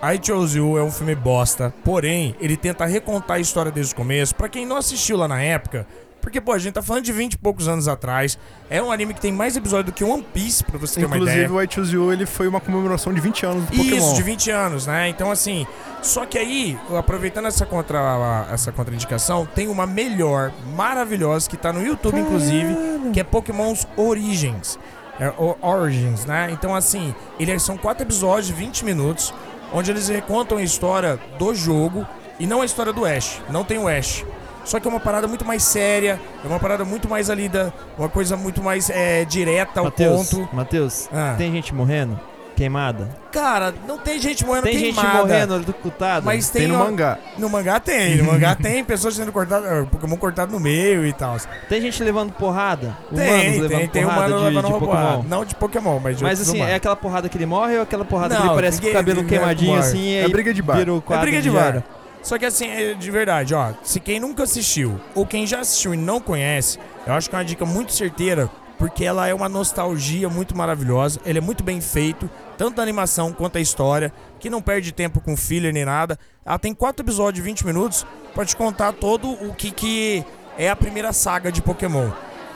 [SPEAKER 2] Ah.
[SPEAKER 1] I Chose You é um filme bosta, porém, ele tenta recontar a história desde o começo, pra quem não assistiu lá na época, porque, pô, a gente tá falando de 20 e poucos anos atrás, é um anime que tem mais episódio do que One Piece, pra você ter uma ideia.
[SPEAKER 3] Inclusive, o I Choose You ele foi uma comemoração de 20 anos do
[SPEAKER 1] Isso,
[SPEAKER 3] Pokémon.
[SPEAKER 1] de 20 anos, né? Então, assim, só que aí, aproveitando essa, contra, essa contraindicação, tem uma melhor, maravilhosa, que tá no YouTube, inclusive, que é Pokémon's Origins. É, o- Origins, né? Então, assim, eles são quatro episódios de 20 minutos, onde eles recontam a história do jogo e não a história do Ash. Não tem o Ash. Só que é uma parada muito mais séria, é uma parada muito mais ali da. Uma coisa muito mais é, direta ao
[SPEAKER 2] Matheus,
[SPEAKER 1] ponto.
[SPEAKER 2] Matheus,
[SPEAKER 1] Ah.
[SPEAKER 2] tem gente morrendo? Queimada?
[SPEAKER 1] Cara, não tem gente morrendo
[SPEAKER 2] Tem gente
[SPEAKER 1] queimada.
[SPEAKER 2] morrendo eletrocutada?
[SPEAKER 1] Mas tem,
[SPEAKER 3] Tem no
[SPEAKER 1] ó-
[SPEAKER 3] mangá.
[SPEAKER 1] No mangá tem, no mangá tem pessoas sendo cortadas, eh, Pokémon cortado no meio e tal.
[SPEAKER 2] Tem gente levando porrada? Humanos
[SPEAKER 1] Tem, tem,
[SPEAKER 2] levando
[SPEAKER 1] tem
[SPEAKER 2] porrada
[SPEAKER 1] humano
[SPEAKER 2] de,
[SPEAKER 1] levando
[SPEAKER 2] de
[SPEAKER 1] uma porrada.
[SPEAKER 2] Pokémon?
[SPEAKER 1] Não de Pokémon, mas de
[SPEAKER 2] Mas
[SPEAKER 1] outros
[SPEAKER 2] assim,
[SPEAKER 1] humanos.
[SPEAKER 2] é aquela porrada que ele morre ou é aquela porrada que
[SPEAKER 1] Não,
[SPEAKER 2] ele parece com o
[SPEAKER 1] ninguém-
[SPEAKER 2] cabelo
[SPEAKER 1] ninguém
[SPEAKER 2] queimadinho
[SPEAKER 1] morre.
[SPEAKER 2] assim
[SPEAKER 3] É
[SPEAKER 2] e
[SPEAKER 3] briga de bar.
[SPEAKER 2] vira o
[SPEAKER 1] É
[SPEAKER 2] quadro
[SPEAKER 1] briga de
[SPEAKER 2] de
[SPEAKER 1] bar.
[SPEAKER 2] gera?
[SPEAKER 1] Só que assim, é de verdade, ó. Se quem nunca assistiu ou quem já assistiu e não conhece, eu acho que é uma dica muito certeira, porque ela é uma nostalgia muito maravilhosa. Ele é muito bem feito, tanto a animação quanto a história, que não perde tempo com filler nem nada. Ela tem quatro episódios de 20 minutos pra te contar todo o que, que é a primeira saga de Pokémon.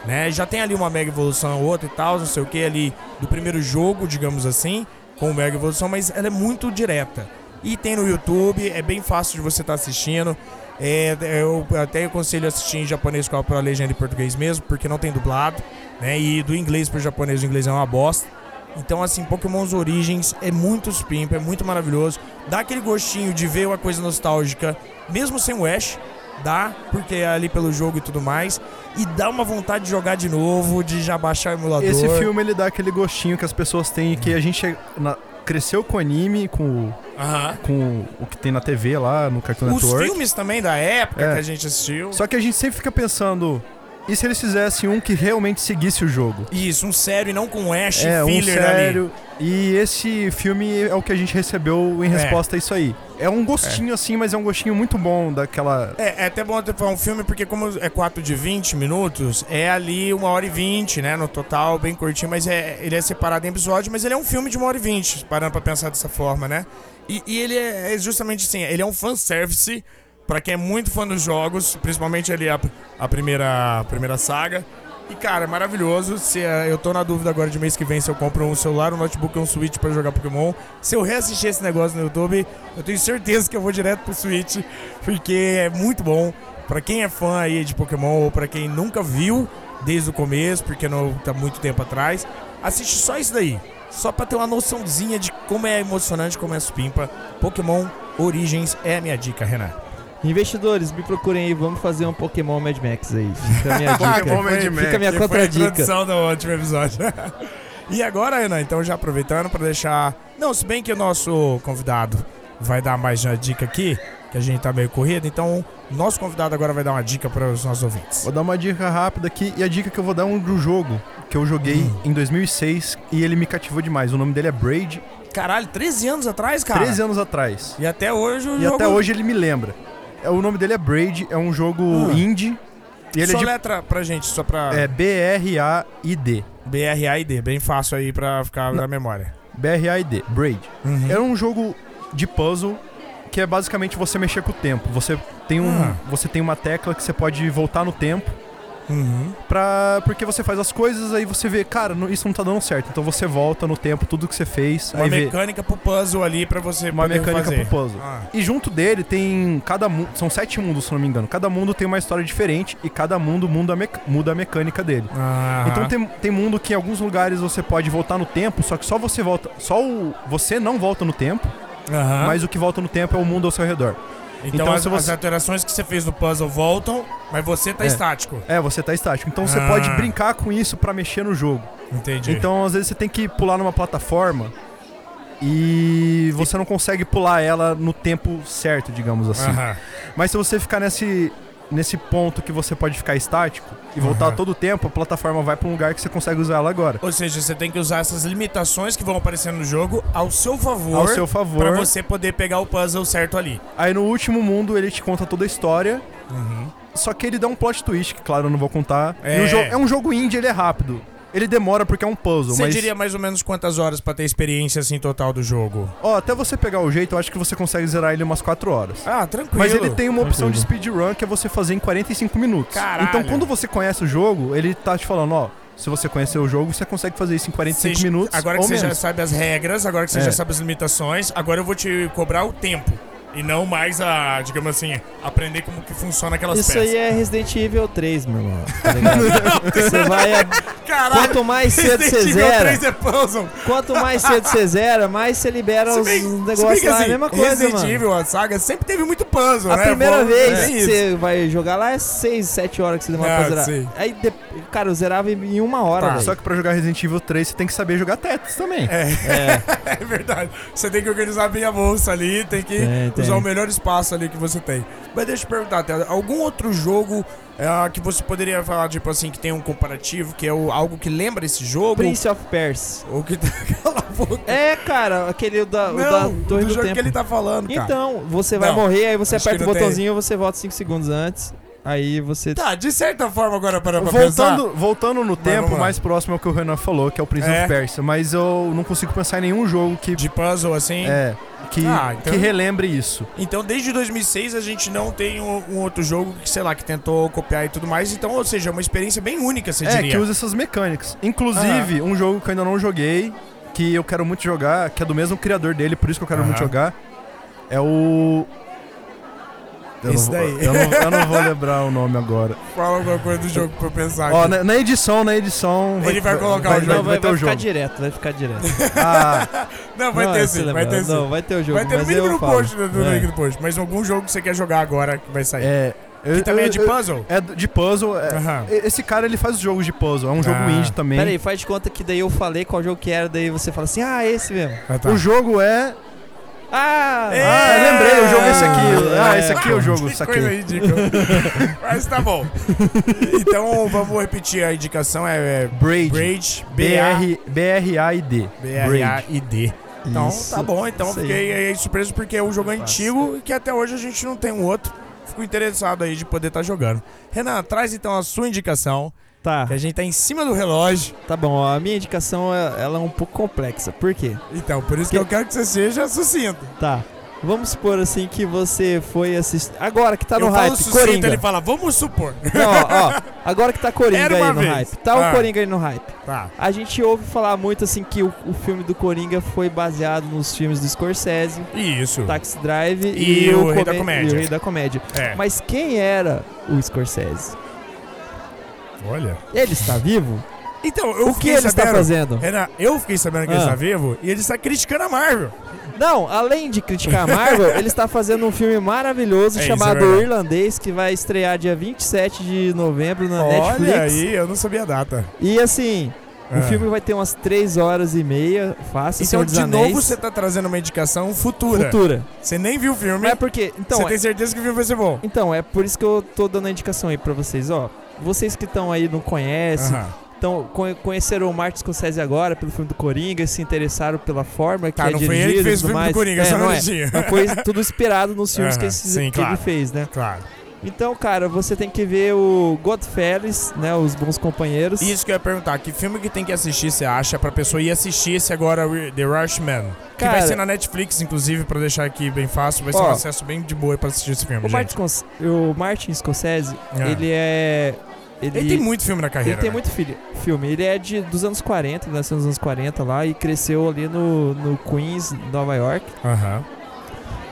[SPEAKER 1] Né? Já tem ali uma mega evolução, outra e tal, não sei o que ali do primeiro jogo, digamos assim, com mega evolução, mas ela é muito direta. E tem no YouTube, é bem fácil de você estar assistindo. É, eu até aconselho assistir em japonês com a legenda em português mesmo, porque não tem dublado, né? E do inglês pro japonês, o inglês é uma bosta. Então, assim, Pokémon's Origins é muito spimp, é muito maravilhoso. Dá aquele gostinho de ver uma coisa nostálgica, mesmo sem o Ash, dá, porque é ali pelo jogo e tudo mais. E dá uma vontade de jogar de novo, de já baixar o emulador.
[SPEAKER 3] Esse filme ele dá aquele gostinho que as pessoas têm e que a gente é- na- cresceu com anime, com, o-
[SPEAKER 1] Aham.
[SPEAKER 3] com o que tem na TV lá, no Cartoon
[SPEAKER 1] Os
[SPEAKER 3] Network.
[SPEAKER 1] filmes também da época
[SPEAKER 3] É.
[SPEAKER 1] que a gente assistiu.
[SPEAKER 3] Só que a gente sempre fica pensando, e se eles fizessem um que realmente seguisse o jogo?
[SPEAKER 1] Isso, um sério e não com Ash
[SPEAKER 3] é, um
[SPEAKER 1] filler ali.
[SPEAKER 3] sério. E esse filme é o que a gente recebeu em resposta a isso aí. É um gostinho assim, mas é um gostinho muito bom daquela.
[SPEAKER 1] É, é até bom até falar um filme, porque como é 4 de 20 minutos, é ali 1 hora e 20, né? No total, bem curtinho, mas é, ele é separado em episódio, mas ele é um filme de 1 hora e 20, parando pra pensar dessa forma, né? E, e ele é, é justamente assim, ele é um fanservice pra quem é muito fã dos jogos, principalmente ali a, a primeira, a primeira saga. E, cara, é maravilhoso. Se, eh, eu tô na dúvida agora de mês que vem se eu compro um celular, um notebook ou um Switch pra jogar Pokémon. Se eu reassistir esse negócio no YouTube, eu tenho certeza que eu vou direto pro Switch, porque é muito bom. Pra quem é fã aí de Pokémon ou pra quem nunca viu desde o começo, porque não tá muito tempo atrás, assiste só isso daí. Só pra ter uma noçãozinha de como é emocionante, como é supimpa. Pokémon Origins é a minha dica, Renan.
[SPEAKER 2] Investidores, me procurem aí, vamos fazer um Pokémon Mad Max aí. Fica a minha
[SPEAKER 1] Pokémon
[SPEAKER 2] dica.
[SPEAKER 1] Mad
[SPEAKER 2] Fica a minha
[SPEAKER 1] Que foi a
[SPEAKER 2] contradica.
[SPEAKER 1] introdução do último episódio. e agora, Renan, então já aproveitando para deixar. Não, se bem que o nosso convidado vai dar mais uma dica aqui, que a gente tá meio corrido, então nosso convidado agora vai dar uma dica para os nossos ouvintes.
[SPEAKER 3] Vou dar uma dica rápida aqui, e a dica que eu vou dar é um do jogo que eu joguei
[SPEAKER 1] Hum.
[SPEAKER 3] em 2006 e ele me cativou demais. O nome dele é Braid,
[SPEAKER 1] Caralho, 13 anos atrás, cara.
[SPEAKER 3] 13 anos atrás.
[SPEAKER 1] E até hoje o
[SPEAKER 3] E
[SPEAKER 1] jogo.
[SPEAKER 3] até hoje ele me lembra. É, O nome dele é Braid, é um jogo
[SPEAKER 1] Ah.
[SPEAKER 3] indie. E ele
[SPEAKER 1] Só
[SPEAKER 3] é de
[SPEAKER 1] letra pra gente, só pra.
[SPEAKER 3] é, B-R-A-I-D.
[SPEAKER 1] BRAID, bem fácil aí pra ficar na memória.
[SPEAKER 3] B-R-A-I-D, Braid.
[SPEAKER 1] Uhum.
[SPEAKER 3] É um jogo de puzzle que é basicamente você mexer com o tempo. Você tem, um,
[SPEAKER 1] Ah.
[SPEAKER 3] você tem uma tecla que você pode voltar no tempo
[SPEAKER 1] Uhum.
[SPEAKER 3] pra, porque você faz as coisas, aí você vê, cara, não- isso não tá dando certo. Então você volta no tempo, tudo que você fez.
[SPEAKER 1] Uma
[SPEAKER 3] aí vê-
[SPEAKER 1] mecânica pro puzzle ali pra você
[SPEAKER 3] Uma
[SPEAKER 1] poder
[SPEAKER 3] mecânica
[SPEAKER 1] fazer.
[SPEAKER 3] pro puzzle.
[SPEAKER 1] Ah.
[SPEAKER 3] E junto dele tem cada mundo. São sete mundos, se não me engano. Cada mundo tem uma história diferente e cada mundo muda a, mec- muda a mecânica dele.
[SPEAKER 1] Ah. Aham.
[SPEAKER 3] Então tem, tem mundo que em alguns lugares você pode voltar no tempo, só que só você volta. Só o. Você não volta no tempo,
[SPEAKER 1] Aham.
[SPEAKER 3] mas o que volta no tempo é o mundo ao seu redor.
[SPEAKER 1] Então,
[SPEAKER 3] Então,
[SPEAKER 1] as,
[SPEAKER 3] se você-
[SPEAKER 1] as alterações que você fez no puzzle voltam, mas você tá
[SPEAKER 3] É.
[SPEAKER 1] estático.
[SPEAKER 3] É, você tá estático. Então você
[SPEAKER 1] Ah.
[SPEAKER 3] pode brincar com isso pra mexer no jogo.
[SPEAKER 1] Entendi.
[SPEAKER 3] Então às vezes você tem que pular numa plataforma e você não consegue pular ela no tempo certo, digamos assim.
[SPEAKER 1] Aham.
[SPEAKER 3] Mas se você ficar nesse, nesse ponto que você pode ficar estático e voltar
[SPEAKER 1] Aham.
[SPEAKER 3] todo o tempo, a plataforma vai pra um lugar que você consegue usar ela agora.
[SPEAKER 1] Ou seja, você tem que usar essas limitações que vão aparecendo no jogo ao seu favor.
[SPEAKER 3] Ao
[SPEAKER 1] Pra
[SPEAKER 3] seu favor.
[SPEAKER 1] você poder pegar o puzzle certo ali.
[SPEAKER 3] Aí no último mundo ele te conta toda a história. Só que ele dá um plot twist, que claro eu não vou contar.
[SPEAKER 1] Uhum. É.
[SPEAKER 3] E o jo- é um jogo indie, ele é rápido. Ele demora porque é um puzzle,
[SPEAKER 1] Você
[SPEAKER 3] mas.
[SPEAKER 1] diria mais ou menos quantas horas pra ter experiência assim total do jogo?
[SPEAKER 3] Ó, até você pegar o jeito, eu acho que você consegue zerar ele umas 4 horas.
[SPEAKER 1] Ah, tranquilo.
[SPEAKER 3] Mas ele tem uma opção de
[SPEAKER 2] Tranquilo.
[SPEAKER 3] speedrun que é você fazer em 45 minutos.
[SPEAKER 1] Caralho.
[SPEAKER 3] Então quando você conhece o jogo, ele tá te falando, ó, se você conhecer o jogo, você consegue fazer isso em 45
[SPEAKER 1] Você-
[SPEAKER 3] minutos.
[SPEAKER 1] Agora que
[SPEAKER 3] ou
[SPEAKER 1] você já
[SPEAKER 3] menos.
[SPEAKER 1] sabe as regras, agora que você
[SPEAKER 3] É.
[SPEAKER 1] já sabe as limitações, agora eu vou te cobrar o tempo. E não mais a, digamos assim, aprender como que funciona aquelas
[SPEAKER 2] Isso
[SPEAKER 1] peças.
[SPEAKER 2] aí é Resident Evil 3, meu irmão. Tá ligado? Você vai. a-
[SPEAKER 1] Caralho,
[SPEAKER 2] é Quanto mais cedo
[SPEAKER 1] Resident
[SPEAKER 2] você
[SPEAKER 1] Evil
[SPEAKER 2] zera,
[SPEAKER 1] 3 é puzzle.
[SPEAKER 2] quanto mais cedo você zera, mais você libera
[SPEAKER 1] Se
[SPEAKER 2] os
[SPEAKER 1] bem- se bem
[SPEAKER 2] negócios
[SPEAKER 1] que,
[SPEAKER 2] lá. É a
[SPEAKER 1] assim,
[SPEAKER 2] mesma coisa,
[SPEAKER 1] Resident
[SPEAKER 2] mano.
[SPEAKER 1] Evil, a saga, sempre teve muito puzzle,
[SPEAKER 2] A
[SPEAKER 1] né?
[SPEAKER 2] primeira
[SPEAKER 1] Vamos-
[SPEAKER 2] vez
[SPEAKER 1] é
[SPEAKER 2] que
[SPEAKER 1] isso.
[SPEAKER 2] você vai jogar lá é 6, 7 horas que você demora
[SPEAKER 1] Ah,
[SPEAKER 2] pra zerar.
[SPEAKER 1] sim.
[SPEAKER 2] Aí, de- cara, eu zerava em uma hora,
[SPEAKER 1] Tá.
[SPEAKER 2] velho.
[SPEAKER 3] Só que pra jogar Resident Evil 3 você tem que saber jogar Tetris também.
[SPEAKER 1] É,
[SPEAKER 2] É,
[SPEAKER 1] é verdade. Você tem que organizar bem a bolsa ali, tem que
[SPEAKER 2] Tem, tem.
[SPEAKER 1] usar o melhor espaço ali que você tem. Mas deixa eu te perguntar, Theo, algum outro jogo ah, que você poderia falar, tipo assim, que tem um comparativo, que é o- algo que lembra esse jogo?
[SPEAKER 2] Prince of Persia.
[SPEAKER 1] Ou que tá- Cala a boca.
[SPEAKER 2] É, cara, aquele da, o da
[SPEAKER 1] Não, do
[SPEAKER 2] Torre do,
[SPEAKER 1] jogo
[SPEAKER 2] Tempo.
[SPEAKER 1] que ele tá falando, cara.
[SPEAKER 2] Então, você vai
[SPEAKER 1] Não,
[SPEAKER 2] morrer, aí você
[SPEAKER 1] acho que
[SPEAKER 2] aperta o
[SPEAKER 1] não tem.
[SPEAKER 2] botãozinho, você volta 5 segundos antes. Aí você.
[SPEAKER 1] Tá, de certa forma agora para pra pensar.
[SPEAKER 3] Voltando, voltando no tempo,
[SPEAKER 1] vamos lá.
[SPEAKER 3] mais próximo é o que o Renan falou, que é o Prince
[SPEAKER 1] É.
[SPEAKER 3] of Persia. Mas eu não consigo pensar em nenhum jogo que,
[SPEAKER 1] De puzzle, assim.
[SPEAKER 3] é, que,
[SPEAKER 1] Ah, então-
[SPEAKER 3] que relembre isso.
[SPEAKER 1] Então, desde 2006 a gente não tem um, um outro jogo que, sei lá, que tentou copiar e tudo mais. Então, ou seja, é uma experiência bem única, você
[SPEAKER 3] É,
[SPEAKER 1] diria. Ah.
[SPEAKER 3] que usa essas mecânicas. Inclusive, um jogo que eu ainda não joguei, que eu quero muito jogar, que é do mesmo criador dele, por isso que eu quero
[SPEAKER 1] Aham.
[SPEAKER 3] muito jogar, é o. Eu
[SPEAKER 1] Esse
[SPEAKER 3] não,
[SPEAKER 1] daí.
[SPEAKER 3] Eu não, eu não vou lembrar o nome agora.
[SPEAKER 1] Fala alguma coisa do jogo pra eu pensar.
[SPEAKER 3] Ó,
[SPEAKER 1] aqui.
[SPEAKER 3] na, na edição, na edição.
[SPEAKER 1] Ele vai colocar o
[SPEAKER 3] vai,
[SPEAKER 1] jogo.
[SPEAKER 3] então vai,
[SPEAKER 2] Não, vai,
[SPEAKER 3] ter
[SPEAKER 2] vai
[SPEAKER 3] o
[SPEAKER 2] ficar
[SPEAKER 3] jogo.
[SPEAKER 2] direto, vai ficar direto.
[SPEAKER 3] Ah,
[SPEAKER 1] Não, vai
[SPEAKER 2] Não,
[SPEAKER 1] ter
[SPEAKER 2] eu
[SPEAKER 1] sim,
[SPEAKER 2] sei
[SPEAKER 1] vai
[SPEAKER 2] lembrar.
[SPEAKER 1] ter sim.
[SPEAKER 2] Não, vai ter o jogo,
[SPEAKER 1] Vai ter no
[SPEAKER 2] mas
[SPEAKER 1] mínimo
[SPEAKER 2] eu
[SPEAKER 1] no
[SPEAKER 2] falo.
[SPEAKER 1] post do, do
[SPEAKER 2] É.
[SPEAKER 1] link do post, mas algum jogo que você quer jogar agora que vai sair.
[SPEAKER 3] é. eu-
[SPEAKER 1] que também é de
[SPEAKER 3] eu- eu-
[SPEAKER 1] puzzle?
[SPEAKER 3] É do- de puzzle. é-
[SPEAKER 1] Aham.
[SPEAKER 3] e- Esse cara ele faz os jogos de puzzle, é um jogo
[SPEAKER 1] Ah.
[SPEAKER 3] indie também.
[SPEAKER 2] Pera aí, faz de conta que daí eu falei qual jogo que era, daí você fala assim, ah, esse mesmo.
[SPEAKER 1] Ah, tá.
[SPEAKER 3] O jogo é.
[SPEAKER 2] Ah!
[SPEAKER 1] É.
[SPEAKER 3] Ah, eu lembrei, o jogo é esse aqui.
[SPEAKER 2] Ah,
[SPEAKER 3] Ah, esse aqui é o jogo,
[SPEAKER 1] Que coisa
[SPEAKER 3] saquei.
[SPEAKER 1] ridícula. mas tá bom. Então, vamos repetir a indicação. É, é
[SPEAKER 3] Braid.
[SPEAKER 1] Braid, B-R-
[SPEAKER 3] BR, B-R-A-I-D.
[SPEAKER 1] B-R-A-I-D. Então
[SPEAKER 2] Isso.
[SPEAKER 1] tá bom, então
[SPEAKER 2] Isso aí.
[SPEAKER 1] fiquei aí surpreso porque é um jogo antigo e que até hoje a gente não tem um outro. Fico interessado aí de poder estar jogando. Renan, traz então a sua indicação,
[SPEAKER 2] Tá,
[SPEAKER 1] que a gente tá em cima do relógio.
[SPEAKER 2] tá bom. ó, A minha indicação é- ela é um pouco complexa. Por quê?
[SPEAKER 1] Então, por isso que,
[SPEAKER 2] Que-
[SPEAKER 1] eu quero que você seja sucinto.
[SPEAKER 2] Tá. Vamos supor assim que você foi assistir. Agora que tá no
[SPEAKER 1] eu falo
[SPEAKER 2] hype,
[SPEAKER 1] sucinto,
[SPEAKER 2] Coringa.
[SPEAKER 1] ele fala, vamos supor.
[SPEAKER 2] Não, ó, ó, agora que tá Coringa
[SPEAKER 1] Era
[SPEAKER 2] aí
[SPEAKER 1] uma
[SPEAKER 2] no
[SPEAKER 1] vez.
[SPEAKER 2] hype. Tá
[SPEAKER 1] Ah.
[SPEAKER 2] o Coringa aí no hype.
[SPEAKER 1] Tá.
[SPEAKER 2] A gente ouve falar muito assim que o, o filme do Coringa foi baseado nos filmes do Scorsese,
[SPEAKER 1] Isso.
[SPEAKER 2] Taxi Drive
[SPEAKER 1] E o Rei da
[SPEAKER 2] Come-
[SPEAKER 1] Comédia.
[SPEAKER 2] e o Rei da Comédia.
[SPEAKER 1] É.
[SPEAKER 2] Mas quem era o Scorsese?
[SPEAKER 1] Olha.
[SPEAKER 2] Ele está vivo?
[SPEAKER 1] Então, eu
[SPEAKER 2] o que
[SPEAKER 1] fiquei
[SPEAKER 2] ele
[SPEAKER 1] sabendo.
[SPEAKER 2] está fazendo?
[SPEAKER 1] Renan, eu fiquei sabendo que ele
[SPEAKER 2] Ah.
[SPEAKER 1] está vivo e ele está criticando a Marvel.
[SPEAKER 2] Não, além de criticar a Marvel, ele está fazendo um filme maravilhoso
[SPEAKER 1] É, isso é
[SPEAKER 2] chamado
[SPEAKER 1] verdade.
[SPEAKER 2] Irlandês, que vai estrear dia 27 de novembro na
[SPEAKER 1] Olha
[SPEAKER 2] Ah, Netflix.
[SPEAKER 1] aí, eu não sabia a data.
[SPEAKER 2] E assim,
[SPEAKER 1] Ah.
[SPEAKER 2] o filme vai ter umas 3 horas e meia, fácil,
[SPEAKER 1] Então,
[SPEAKER 2] Senhor dos
[SPEAKER 1] de
[SPEAKER 2] Anéis.
[SPEAKER 1] novo, você tá trazendo uma indicação futura.
[SPEAKER 2] Futura.
[SPEAKER 1] Você nem viu o filme.
[SPEAKER 2] Mas é porque. Então,
[SPEAKER 1] você
[SPEAKER 2] é-
[SPEAKER 1] tem certeza que o filme vai ser bom?
[SPEAKER 2] Então, é por isso que eu tô dando a indicação aí pra vocês, ó. Vocês que estão aí não conhecem,
[SPEAKER 1] Aham.
[SPEAKER 2] então con- conheceram o Martin Scorsese agora pelo filme do Coringa, se interessaram pela forma que
[SPEAKER 1] Tá,
[SPEAKER 2] é
[SPEAKER 1] não
[SPEAKER 2] dirigido
[SPEAKER 1] foi ele que fez o
[SPEAKER 2] e tudo
[SPEAKER 1] filme
[SPEAKER 2] mais.
[SPEAKER 1] do Coringa,
[SPEAKER 2] é,
[SPEAKER 1] só
[SPEAKER 2] não
[SPEAKER 1] não
[SPEAKER 2] é.
[SPEAKER 1] tinha.
[SPEAKER 2] Mas foi tudo inspirado nos filmes
[SPEAKER 1] Aham,
[SPEAKER 2] que, esse,
[SPEAKER 1] sim,
[SPEAKER 2] que ele
[SPEAKER 1] claro.
[SPEAKER 2] fez, né?
[SPEAKER 1] Claro.
[SPEAKER 2] Então, cara, você tem que ver o Godfellas, né? Os Bons Companheiros.
[SPEAKER 1] Isso que eu ia perguntar, que filme que tem que assistir, você acha, pra pessoa ir assistir esse agora, We- The Rushman? Que vai
[SPEAKER 2] Cara-
[SPEAKER 1] ser na Netflix, inclusive, pra deixar aqui bem fácil, vai ser
[SPEAKER 2] Ó.
[SPEAKER 1] um acesso bem de boa pra assistir esse filme,
[SPEAKER 2] O Martin,
[SPEAKER 1] gente.
[SPEAKER 2] Scors- o Martin Scorsese,
[SPEAKER 1] É.
[SPEAKER 2] ele é... Ele,
[SPEAKER 1] Ele tem muito filme na
[SPEAKER 2] Ele
[SPEAKER 1] carreira.
[SPEAKER 2] tem
[SPEAKER 1] né?
[SPEAKER 2] muito filho, filme. Ele é de, dos anos 40, ele nasceu nos anos 40 lá e cresceu ali no, no Queens, Nova York.
[SPEAKER 1] Aham.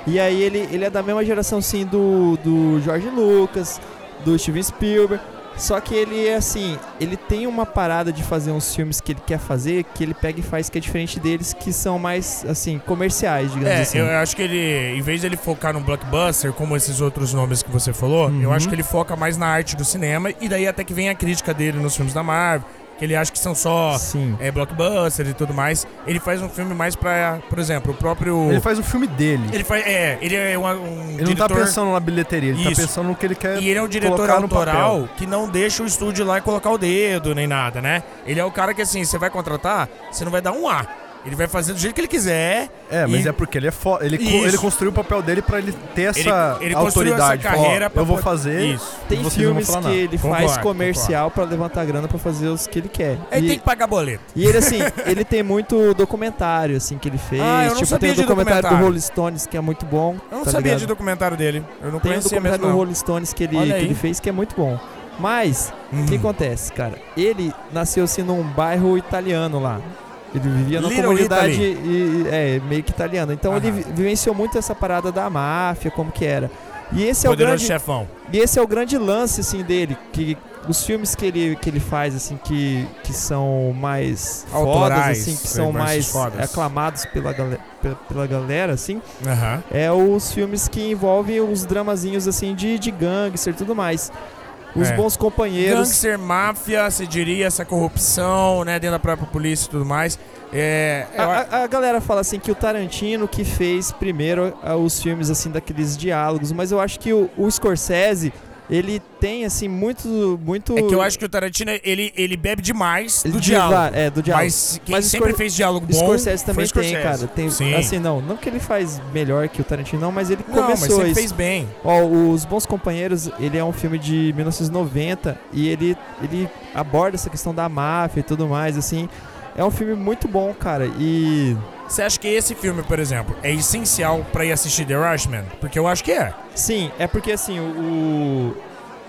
[SPEAKER 2] E aí ele, ele é da mesma geração, sim, do, do George Lucas, do Steven Spielberg. Só que ele é assim, ele tem uma parada de fazer uns filmes que ele quer fazer, que ele pega e faz que é diferente deles, que são mais, assim, comerciais, digamos
[SPEAKER 1] É,
[SPEAKER 2] assim.
[SPEAKER 1] eu acho que ele, em vez de ele focar no blockbuster, como esses outros nomes que você falou, eu
[SPEAKER 2] Uhum.
[SPEAKER 1] acho que ele foca mais na arte do cinema, e daí até que vem a crítica dele nos filmes da Marvel, que ele acha que são só
[SPEAKER 2] Sim.
[SPEAKER 1] é, blockbuster e tudo mais. Ele faz um filme mais pra, por exemplo, o próprio.
[SPEAKER 3] Ele faz o filme dele.
[SPEAKER 1] Ele faz. É, ele é um, um
[SPEAKER 3] Ele não
[SPEAKER 1] diretor.
[SPEAKER 3] tá pensando na bilheteria, ele
[SPEAKER 1] Isso.
[SPEAKER 3] tá pensando no que ele quer.
[SPEAKER 1] E ele é um diretor
[SPEAKER 3] colocar no
[SPEAKER 1] autoral que não deixa o estúdio lá e colocar o dedo nem nada, né? Ele é o cara que assim, você vai contratar, você não vai dar um A. Ele vai fazer do jeito que ele quiser.
[SPEAKER 3] É, mas
[SPEAKER 1] E-
[SPEAKER 3] é porque ele é fo... ele, co-
[SPEAKER 1] Isso.
[SPEAKER 3] ele construiu o papel dele pra ele ter
[SPEAKER 1] Ele-
[SPEAKER 3] essa
[SPEAKER 1] ele construiu essa
[SPEAKER 3] autoridade. Falou, ó,
[SPEAKER 1] carreira pra
[SPEAKER 3] eu vou
[SPEAKER 1] poder-
[SPEAKER 3] fazer.
[SPEAKER 1] Isso.
[SPEAKER 2] Tem
[SPEAKER 3] vocês não vão
[SPEAKER 2] filmes
[SPEAKER 3] falar
[SPEAKER 2] que
[SPEAKER 3] nada.
[SPEAKER 2] ele faz
[SPEAKER 1] Concordo,
[SPEAKER 2] comercial pra levantar grana pra fazer os que ele quer.
[SPEAKER 1] Ele
[SPEAKER 2] E-
[SPEAKER 1] tem que pagar boleto.
[SPEAKER 2] E ele, assim, ele tem muito documentário, assim, que ele fez.
[SPEAKER 1] Ah, eu não
[SPEAKER 2] tipo,
[SPEAKER 1] sabia
[SPEAKER 2] tem
[SPEAKER 1] de
[SPEAKER 2] o documentário,
[SPEAKER 1] documentário.
[SPEAKER 2] do Rolling Stones, que é muito bom.
[SPEAKER 1] Eu não
[SPEAKER 2] tá
[SPEAKER 1] sabia
[SPEAKER 2] ligado?
[SPEAKER 1] de documentário dele. Eu não
[SPEAKER 2] Tem o
[SPEAKER 1] conhecia
[SPEAKER 2] documentário
[SPEAKER 1] mesmo.
[SPEAKER 2] do
[SPEAKER 1] não.
[SPEAKER 2] Rolling Stones que ele,
[SPEAKER 1] Olha
[SPEAKER 2] que
[SPEAKER 1] aí.
[SPEAKER 2] ele fez, que é muito bom. Mas, o
[SPEAKER 1] Hum.
[SPEAKER 2] que acontece, cara? Ele nasceu, assim, num bairro italiano lá. Ele vivia na
[SPEAKER 1] Little
[SPEAKER 2] comunidade
[SPEAKER 1] Italy.
[SPEAKER 2] e- e- é, meio que italiana. Então ele
[SPEAKER 1] Aham.
[SPEAKER 2] vi- vivenciou muito essa parada da máfia, como que era. E esse é o
[SPEAKER 1] Poderoso
[SPEAKER 2] grande
[SPEAKER 1] chefão.
[SPEAKER 2] e esse é o grande lance, assim, dele. Que os filmes que ele, que ele faz, assim, que, que são mais fodas,
[SPEAKER 1] Autorais,
[SPEAKER 2] assim, que
[SPEAKER 1] é,
[SPEAKER 2] são
[SPEAKER 1] mais
[SPEAKER 2] mais
[SPEAKER 1] fodas.
[SPEAKER 2] aclamados pela, gale- pe- pela galera, assim,
[SPEAKER 1] Aham.
[SPEAKER 2] é os filmes que envolvem os dramazinhos, assim, de, de gangster e tudo mais. Os
[SPEAKER 1] É.
[SPEAKER 2] bons companheiros.
[SPEAKER 1] Gangster, máfia, se diria, essa corrupção, né, dentro da própria polícia e tudo mais. É, eu
[SPEAKER 2] A, a- a galera fala assim que o Tarantino que fez primeiro ah, os filmes assim daqueles diálogos, mas eu acho que o, o Scorsese ele tem assim muito muito
[SPEAKER 1] É que eu acho que o Tarantino, ele, ele bebe demais
[SPEAKER 2] ele
[SPEAKER 1] do
[SPEAKER 2] de-
[SPEAKER 1] diálogo.
[SPEAKER 2] é do diálogo.
[SPEAKER 1] Mas quem
[SPEAKER 2] Mas o
[SPEAKER 1] sempre
[SPEAKER 2] Scor-
[SPEAKER 1] fez diálogo bom
[SPEAKER 2] Scorsese
[SPEAKER 1] foi
[SPEAKER 2] também tem,
[SPEAKER 1] Scorsese.
[SPEAKER 2] cara. Tem,
[SPEAKER 1] Sim.
[SPEAKER 2] Assim, não, não que ele faz melhor que o Tarantino, não, mas ele
[SPEAKER 1] não, mas
[SPEAKER 2] começou
[SPEAKER 1] sempre
[SPEAKER 2] isso.
[SPEAKER 1] fez bem.
[SPEAKER 2] Ó, Os Bons Companheiros, ele é um filme de 1990 e ele, ele aborda essa questão da máfia e tudo mais, assim. É um filme muito bom, cara. E
[SPEAKER 1] Você acha que esse filme, por exemplo, é essencial pra ir assistir The Rushman? Porque eu acho que é.
[SPEAKER 2] Sim, é porque assim, o. o-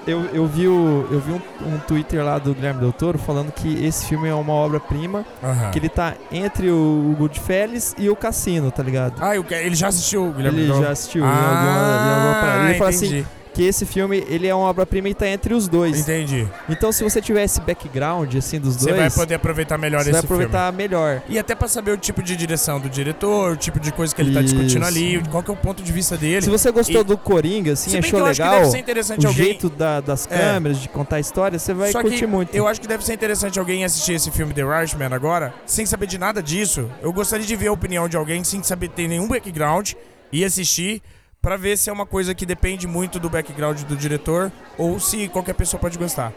[SPEAKER 2] eu, eu vi, o, eu vi um, um Twitter lá do Guilherme Del Toro falando que esse filme é uma obra-prima,
[SPEAKER 1] Aham.
[SPEAKER 2] que ele tá entre o, o Goodfellas e o Cassino, tá ligado?
[SPEAKER 1] Ah, eu que- ele já assistiu, Guilherme
[SPEAKER 2] ele
[SPEAKER 1] Del Toro?
[SPEAKER 2] já assistiu
[SPEAKER 1] ah,
[SPEAKER 2] em alguma, em alguma parada. Ele fala assim
[SPEAKER 1] entendi,
[SPEAKER 2] que esse filme ele é uma obra-prima e tá entre os dois.
[SPEAKER 1] entendi.
[SPEAKER 2] Então se você tiver esse background assim dos
[SPEAKER 1] Você
[SPEAKER 2] dois,
[SPEAKER 1] vai poder aproveitar melhor
[SPEAKER 2] você
[SPEAKER 1] esse
[SPEAKER 2] vai aproveitar melhor.
[SPEAKER 1] filme. E até pra saber o tipo de direção do diretor, o tipo de coisa que ele tá discutindo
[SPEAKER 2] Isso.
[SPEAKER 1] ali, qual que é o ponto de vista
[SPEAKER 2] Se
[SPEAKER 1] dele.
[SPEAKER 2] você gostou
[SPEAKER 1] e-
[SPEAKER 2] do Coringa,
[SPEAKER 1] Se
[SPEAKER 2] assim,
[SPEAKER 1] bem que
[SPEAKER 2] achou
[SPEAKER 1] eu acho que
[SPEAKER 2] legal
[SPEAKER 1] deve ser interessante
[SPEAKER 2] o
[SPEAKER 1] alguém...
[SPEAKER 2] jeito da- das
[SPEAKER 1] É.
[SPEAKER 2] câmeras de contar a história, você vai
[SPEAKER 1] Só
[SPEAKER 2] curtir
[SPEAKER 1] que
[SPEAKER 2] muito.
[SPEAKER 1] eu acho que deve ser interessante alguém assistir esse filme The Irishman agora, sem saber de nada disso. Eu gostaria de ver a opinião de alguém sem saber ter nenhum background e assistir pra ver se é uma coisa que depende muito do background do diretor ou se qualquer pessoa pode gostar.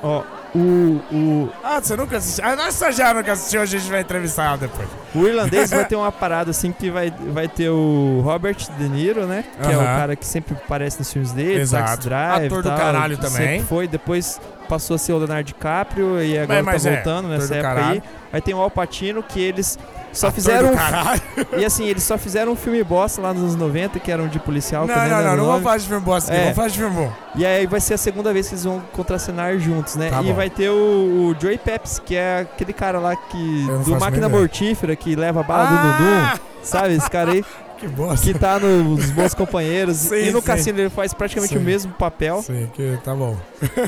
[SPEAKER 2] Ó, o, o,
[SPEAKER 1] Ah, você nunca assistiu? Ah, nossa, já nunca assistiu, a gente vai entrevistar ela depois.
[SPEAKER 2] O irlandês vai ter uma parada assim que vai, vai ter o Robert De Niro, né? Que é o
[SPEAKER 1] Aham.
[SPEAKER 2] cara que sempre aparece nos filmes dele,
[SPEAKER 1] Exato.
[SPEAKER 2] Taxi Drive.
[SPEAKER 1] Ator do
[SPEAKER 2] tal,
[SPEAKER 1] caralho
[SPEAKER 2] que
[SPEAKER 1] também.
[SPEAKER 2] Sempre foi, depois passou a ser o Leonardo DiCaprio e agora
[SPEAKER 1] mas
[SPEAKER 2] tá
[SPEAKER 1] é,
[SPEAKER 2] voltando
[SPEAKER 1] ator
[SPEAKER 2] nessa
[SPEAKER 1] do
[SPEAKER 2] época aí.
[SPEAKER 1] caralho.
[SPEAKER 2] Aí tem o Al Pacino que eles só
[SPEAKER 1] Ator
[SPEAKER 2] fizeram.
[SPEAKER 1] do
[SPEAKER 2] um-
[SPEAKER 1] caralho.
[SPEAKER 2] E assim, eles só fizeram um filme bosta lá nos anos 90, que eram de policial.
[SPEAKER 1] Não,
[SPEAKER 2] que eu nem
[SPEAKER 1] não,
[SPEAKER 2] lembro
[SPEAKER 1] não, não
[SPEAKER 2] o nome.
[SPEAKER 1] vamos falar de filme bosta,
[SPEAKER 2] É.
[SPEAKER 1] aqui, vamos falar de filme bom.
[SPEAKER 2] E aí vai ser a segunda vez que eles vão contracenar juntos, né?
[SPEAKER 1] Tá
[SPEAKER 2] e
[SPEAKER 1] bom.
[SPEAKER 2] vai ter o, o Joey Pepsi, que é aquele cara lá que.
[SPEAKER 1] Eu não
[SPEAKER 2] do
[SPEAKER 1] faço
[SPEAKER 2] Máquina
[SPEAKER 1] a menor Ah,
[SPEAKER 2] Mortífera, que leva a bala do Dundum. Sabe, esse cara aí?
[SPEAKER 1] Que bosta.
[SPEAKER 2] que tá nos Bons Companheiros.
[SPEAKER 1] Sim,
[SPEAKER 2] e no
[SPEAKER 1] sim.
[SPEAKER 2] Cassino ele faz praticamente
[SPEAKER 1] Sim.
[SPEAKER 2] o mesmo papel.
[SPEAKER 1] Sim, que tá bom.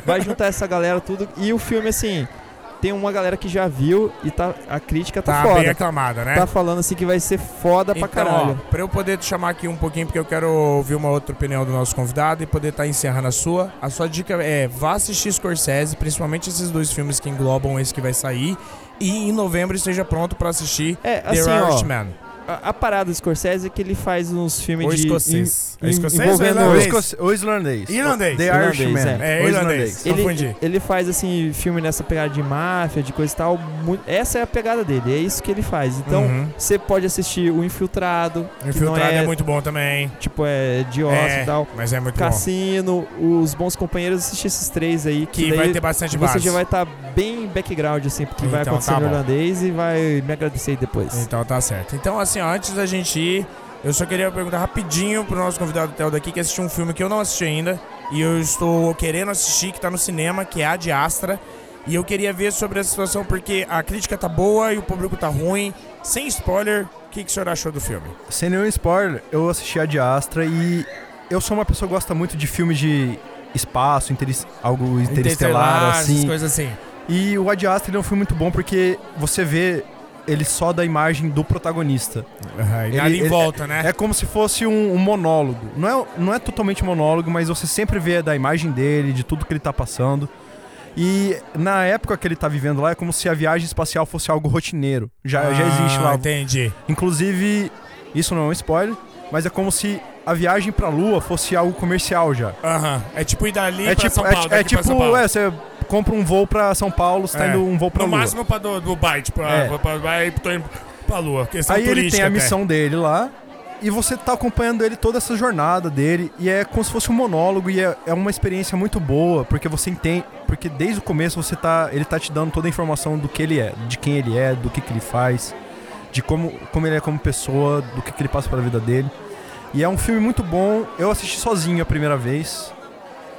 [SPEAKER 2] Vai juntar essa galera tudo. E o filme, assim, tem uma galera que já viu e tá, a crítica tá,
[SPEAKER 1] Tá bem
[SPEAKER 2] foda.
[SPEAKER 1] aclamada, né? Então,
[SPEAKER 2] Tá falando assim que vai ser foda pra
[SPEAKER 1] ó,
[SPEAKER 2] caralho.
[SPEAKER 1] pra eu poder te chamar aqui um pouquinho, porque eu quero ouvir uma outra opinião do nosso convidado e poder estar encerrando a sua. A sua dica é vá assistir Scorsese, principalmente esses dois filmes que englobam esse que vai sair. E em novembro esteja pronto pra assistir
[SPEAKER 2] É,
[SPEAKER 1] The
[SPEAKER 2] assim, ó,
[SPEAKER 1] Irishman.
[SPEAKER 2] a, a parada do Scorsese é que ele faz uns filmes
[SPEAKER 1] Ou
[SPEAKER 2] de...
[SPEAKER 1] escocês.
[SPEAKER 2] em-
[SPEAKER 1] é escocês ou
[SPEAKER 2] envolvendo-
[SPEAKER 3] O,
[SPEAKER 1] irlandês?
[SPEAKER 3] escoce- o islandês.
[SPEAKER 1] Irlandês.
[SPEAKER 3] The
[SPEAKER 2] Irlandês,
[SPEAKER 3] Irishman.
[SPEAKER 1] É,
[SPEAKER 3] O
[SPEAKER 1] irlandês.
[SPEAKER 2] Ele-
[SPEAKER 1] Confundi.
[SPEAKER 2] Ele faz, assim, filme nessa pegada de máfia, de coisa e tal. mu- Essa é a pegada dele, é isso que ele faz. Então,
[SPEAKER 1] Uhum.
[SPEAKER 2] você pode assistir O Infiltrado, que
[SPEAKER 1] Infiltrado
[SPEAKER 2] não
[SPEAKER 1] é...
[SPEAKER 2] é,
[SPEAKER 1] muito bom também.
[SPEAKER 2] tipo, é de osso
[SPEAKER 1] é,
[SPEAKER 2] e tal.
[SPEAKER 1] mas é muito bom.
[SPEAKER 2] Cassino, os bons companheiros, assistir esses três aí. Que,
[SPEAKER 1] Que
[SPEAKER 2] daí
[SPEAKER 1] vai ter bastante
[SPEAKER 2] você
[SPEAKER 1] base.
[SPEAKER 2] já vai estar bem background, assim, porque vai
[SPEAKER 1] Então,
[SPEAKER 2] acontecer
[SPEAKER 1] tá
[SPEAKER 2] no
[SPEAKER 1] bom.
[SPEAKER 2] irlandês e vai me agradecer aí depois.
[SPEAKER 1] Então tá certo. Então, assim, ó, antes da gente ir, eu só queria perguntar rapidinho pro nosso convidado Theo daqui que assistiu um filme que eu não assisti ainda. E eu estou querendo assistir, que tá no cinema, que é a de Astra. E eu queria ver sobre a situação, porque a crítica tá boa e o público tá ruim. Sem spoiler, o que, que o senhor achou do filme?
[SPEAKER 3] Sem nenhum spoiler, eu assisti a de Astra e eu sou uma pessoa que gosta muito de filmes de espaço, interes- algo interestelar,
[SPEAKER 1] essas
[SPEAKER 3] assim.
[SPEAKER 1] coisas assim.
[SPEAKER 3] E o Ad Astra ele é um filme muito bom porque você vê ele só da imagem do protagonista.
[SPEAKER 1] Aham, e
[SPEAKER 3] Ele-
[SPEAKER 1] ali em
[SPEAKER 3] ele-
[SPEAKER 1] volta, né?
[SPEAKER 3] É como se fosse um, um monólogo. Não é, não é totalmente monólogo, mas você sempre vê da imagem dele, de tudo que ele tá passando. E na época que ele tá vivendo lá, é como se a viagem espacial fosse algo rotineiro. Já, é- já existe
[SPEAKER 1] Ah,
[SPEAKER 3] lá.
[SPEAKER 1] Entendi.
[SPEAKER 3] Inclusive, isso não é um spoiler, mas é como se a viagem pra Lua fosse algo comercial já.
[SPEAKER 1] Aham. É tipo ir dali pra
[SPEAKER 3] é tipo,
[SPEAKER 1] São
[SPEAKER 3] é-
[SPEAKER 1] Paulo.
[SPEAKER 3] é,
[SPEAKER 1] daqui pra São
[SPEAKER 3] tipo,
[SPEAKER 1] Paulo.
[SPEAKER 3] é, você compra um voo pra São Paulo, você tá
[SPEAKER 1] É.
[SPEAKER 3] indo um voo pra
[SPEAKER 1] No
[SPEAKER 3] Lua.
[SPEAKER 1] máximo pra do, do Dubai, tipo, ah,
[SPEAKER 3] É.
[SPEAKER 1] vou pra Dubai, tô indo pra lua. Questão
[SPEAKER 3] Aí ele tem
[SPEAKER 1] turística
[SPEAKER 3] a
[SPEAKER 1] até.
[SPEAKER 3] missão dele lá. E você tá acompanhando ele toda essa jornada dele. E é como se fosse um monólogo. E é, é uma experiência muito boa. Porque você entende. Porque desde o começo você tá. Ele tá te dando toda a informação do que ele é, de quem ele é, do que, que ele faz, de como, como ele é como pessoa, do que, que ele passa pela vida dele. E é um filme muito bom. Eu assisti sozinho a primeira vez.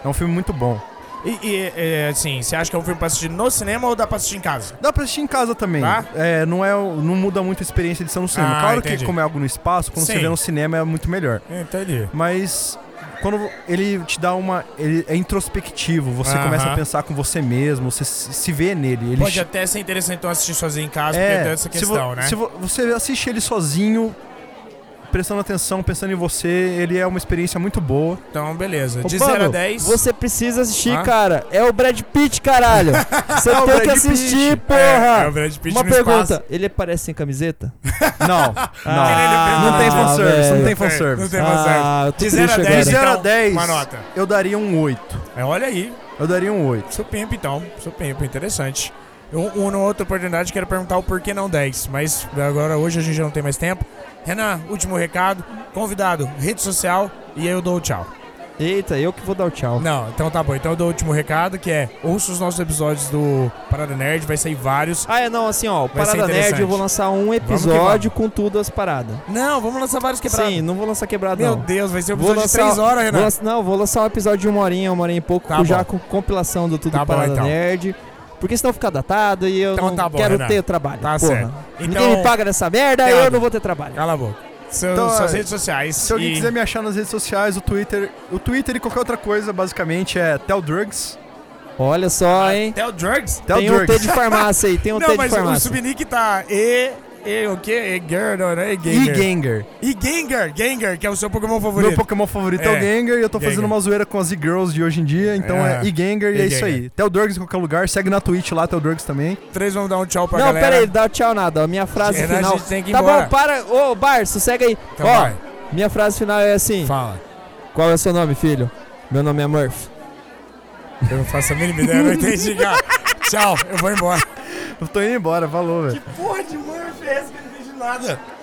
[SPEAKER 3] É um filme muito bom.
[SPEAKER 1] E, e, é, assim, você acha que é um filme pra assistir no cinema ou dá pra assistir em casa?
[SPEAKER 3] Dá pra assistir em casa também.
[SPEAKER 1] Tá.
[SPEAKER 3] É, não, é, o- não muda muito a experiência de estar no cinema.
[SPEAKER 1] Ah,
[SPEAKER 3] claro
[SPEAKER 1] entendi.
[SPEAKER 3] que como é algo no espaço, quando
[SPEAKER 1] Sim.
[SPEAKER 3] você vê no cinema é muito melhor.
[SPEAKER 1] Entendi.
[SPEAKER 3] Mas quando ele te dá uma. Ele é introspectivo, você
[SPEAKER 1] Aham.
[SPEAKER 3] começa a pensar com você mesmo, você se se vê nele. Ele
[SPEAKER 1] Pode
[SPEAKER 3] che-
[SPEAKER 1] até ser interessante então assistir sozinho em casa, porque tem
[SPEAKER 3] é,
[SPEAKER 1] essa
[SPEAKER 3] se vo-
[SPEAKER 1] questão, né?
[SPEAKER 3] Se vo- você assiste ele sozinho, prestando atenção, pensando em você, ele é uma experiência muito boa.
[SPEAKER 1] Então, beleza.
[SPEAKER 2] Ô,
[SPEAKER 1] De
[SPEAKER 2] mano,
[SPEAKER 1] 0 a 10.
[SPEAKER 2] Você precisa assistir,
[SPEAKER 1] Hã?
[SPEAKER 2] cara. É o Brad Pitt, caralho. Você
[SPEAKER 3] o
[SPEAKER 2] tem que
[SPEAKER 3] Brad
[SPEAKER 2] assistir,
[SPEAKER 3] Pitt.
[SPEAKER 2] porra.
[SPEAKER 1] É, é o Brad Pitt
[SPEAKER 2] Uma
[SPEAKER 1] no
[SPEAKER 2] pergunta.
[SPEAKER 1] espaço.
[SPEAKER 2] Ele aparece sem camiseta?
[SPEAKER 3] Não, não.
[SPEAKER 1] Ah,
[SPEAKER 3] não tem fanservice,
[SPEAKER 2] velho.
[SPEAKER 3] não
[SPEAKER 1] É,
[SPEAKER 3] tem
[SPEAKER 1] não
[SPEAKER 3] fanservice.
[SPEAKER 1] tem fanservice.
[SPEAKER 2] Ah, eu tô
[SPEAKER 1] De 0 a
[SPEAKER 2] triste
[SPEAKER 1] 10,
[SPEAKER 2] agora.
[SPEAKER 3] De 0 a
[SPEAKER 1] Então,
[SPEAKER 3] 10,
[SPEAKER 1] uma nota.
[SPEAKER 3] eu daria um 8.
[SPEAKER 1] É, olha aí.
[SPEAKER 3] Eu daria um 8.
[SPEAKER 1] Supimpa, então. Supimpa, interessante. Eu, uma outra oportunidade, quero perguntar o porquê não 10, mas agora hoje a gente já não tem mais tempo. Renan, último recado, convidado, rede social e eu dou o tchau.
[SPEAKER 2] Eita, eu que vou dar o tchau.
[SPEAKER 1] Não, então tá bom. Então eu dou o último recado, que é ouça os nossos episódios do Parada Nerd, vai sair vários.
[SPEAKER 2] Ah, é não, assim, ó, o
[SPEAKER 1] Vai ser
[SPEAKER 2] Parada Nerd,
[SPEAKER 1] interessante.
[SPEAKER 2] eu vou lançar um episódio com tudo as paradas.
[SPEAKER 1] Não, vamos lançar vários quebrados.
[SPEAKER 2] Sim, não vou lançar quebrado,
[SPEAKER 1] Meu
[SPEAKER 2] não.
[SPEAKER 1] Deus, vai ser um
[SPEAKER 2] Vou
[SPEAKER 1] episódio de
[SPEAKER 2] lançar,
[SPEAKER 1] 3 horas, Renan.
[SPEAKER 2] vou lançar- não, vou lançar um episódio de uma horinha, uma horinha e pouco,
[SPEAKER 1] Tá
[SPEAKER 2] com- já
[SPEAKER 1] bom.
[SPEAKER 2] com compilação do Tudo
[SPEAKER 1] Tá bom,
[SPEAKER 2] Parada
[SPEAKER 1] então.
[SPEAKER 2] Nerd. Porque senão fica datado e eu
[SPEAKER 1] Então
[SPEAKER 2] não
[SPEAKER 1] tá bom,
[SPEAKER 2] quero
[SPEAKER 1] Renan.
[SPEAKER 2] ter trabalho.
[SPEAKER 1] Tá
[SPEAKER 2] porra.
[SPEAKER 1] certo.
[SPEAKER 2] Ninguém me
[SPEAKER 1] Então,
[SPEAKER 2] paga nessa merda,
[SPEAKER 1] Thiago.
[SPEAKER 2] eu não vou ter trabalho.
[SPEAKER 1] cala a boca. Seu-
[SPEAKER 3] Então,
[SPEAKER 1] suas
[SPEAKER 3] é,
[SPEAKER 1] redes sociais.
[SPEAKER 3] Se alguém
[SPEAKER 1] e-
[SPEAKER 3] quiser me achar nas redes sociais, o Twitter, o Twitter e qualquer outra coisa, basicamente é Teldrugs.
[SPEAKER 2] Olha só, hein?
[SPEAKER 1] Até o Drugs?
[SPEAKER 2] Tem um T
[SPEAKER 3] Teldrugs.
[SPEAKER 2] de farmácia aí, tem um
[SPEAKER 1] Ah, então não,
[SPEAKER 2] T de
[SPEAKER 1] mas o
[SPEAKER 2] farmácia.
[SPEAKER 1] subnick tá E. E o quê? E Girl, não, né? E
[SPEAKER 3] E
[SPEAKER 1] Ganger.
[SPEAKER 3] Gengar.
[SPEAKER 1] E Gengar, Gengar, que é o seu Pokémon
[SPEAKER 3] Meu
[SPEAKER 1] favorito.
[SPEAKER 3] Pokémon favorito é,
[SPEAKER 1] É,
[SPEAKER 3] o Gengar e eu tô fazendo
[SPEAKER 1] Gengar.
[SPEAKER 3] uma zoeira com as e-girls de hoje em dia, então é,
[SPEAKER 1] É.
[SPEAKER 3] e Gengar e é
[SPEAKER 1] E
[SPEAKER 3] isso
[SPEAKER 1] Gengar.
[SPEAKER 3] aí. Teldrugs em qualquer lugar, segue na Twitch lá, Teldrugs também.
[SPEAKER 1] Três vamos dar um tchau pra
[SPEAKER 2] Não,
[SPEAKER 1] galera.
[SPEAKER 2] pera aí, dá tchau nada. ó, Minha frase
[SPEAKER 1] Renan, a
[SPEAKER 2] final.
[SPEAKER 1] gente tem que ir
[SPEAKER 2] Tá
[SPEAKER 1] embora.
[SPEAKER 2] bom, para. Ô, Bar, sossega aí.
[SPEAKER 1] Então
[SPEAKER 2] Ó,
[SPEAKER 1] vai,
[SPEAKER 2] minha frase final é assim.
[SPEAKER 1] fala.
[SPEAKER 2] Qual é o seu nome, filho? Meu nome é Murph.
[SPEAKER 1] Eu não faço a mínima ideia, eu não entendi, cara. tchau, eu vou embora.
[SPEAKER 3] Eu tô indo embora, falou, velho.
[SPEAKER 1] Porra de Murphy, essa que eu não entendi nada.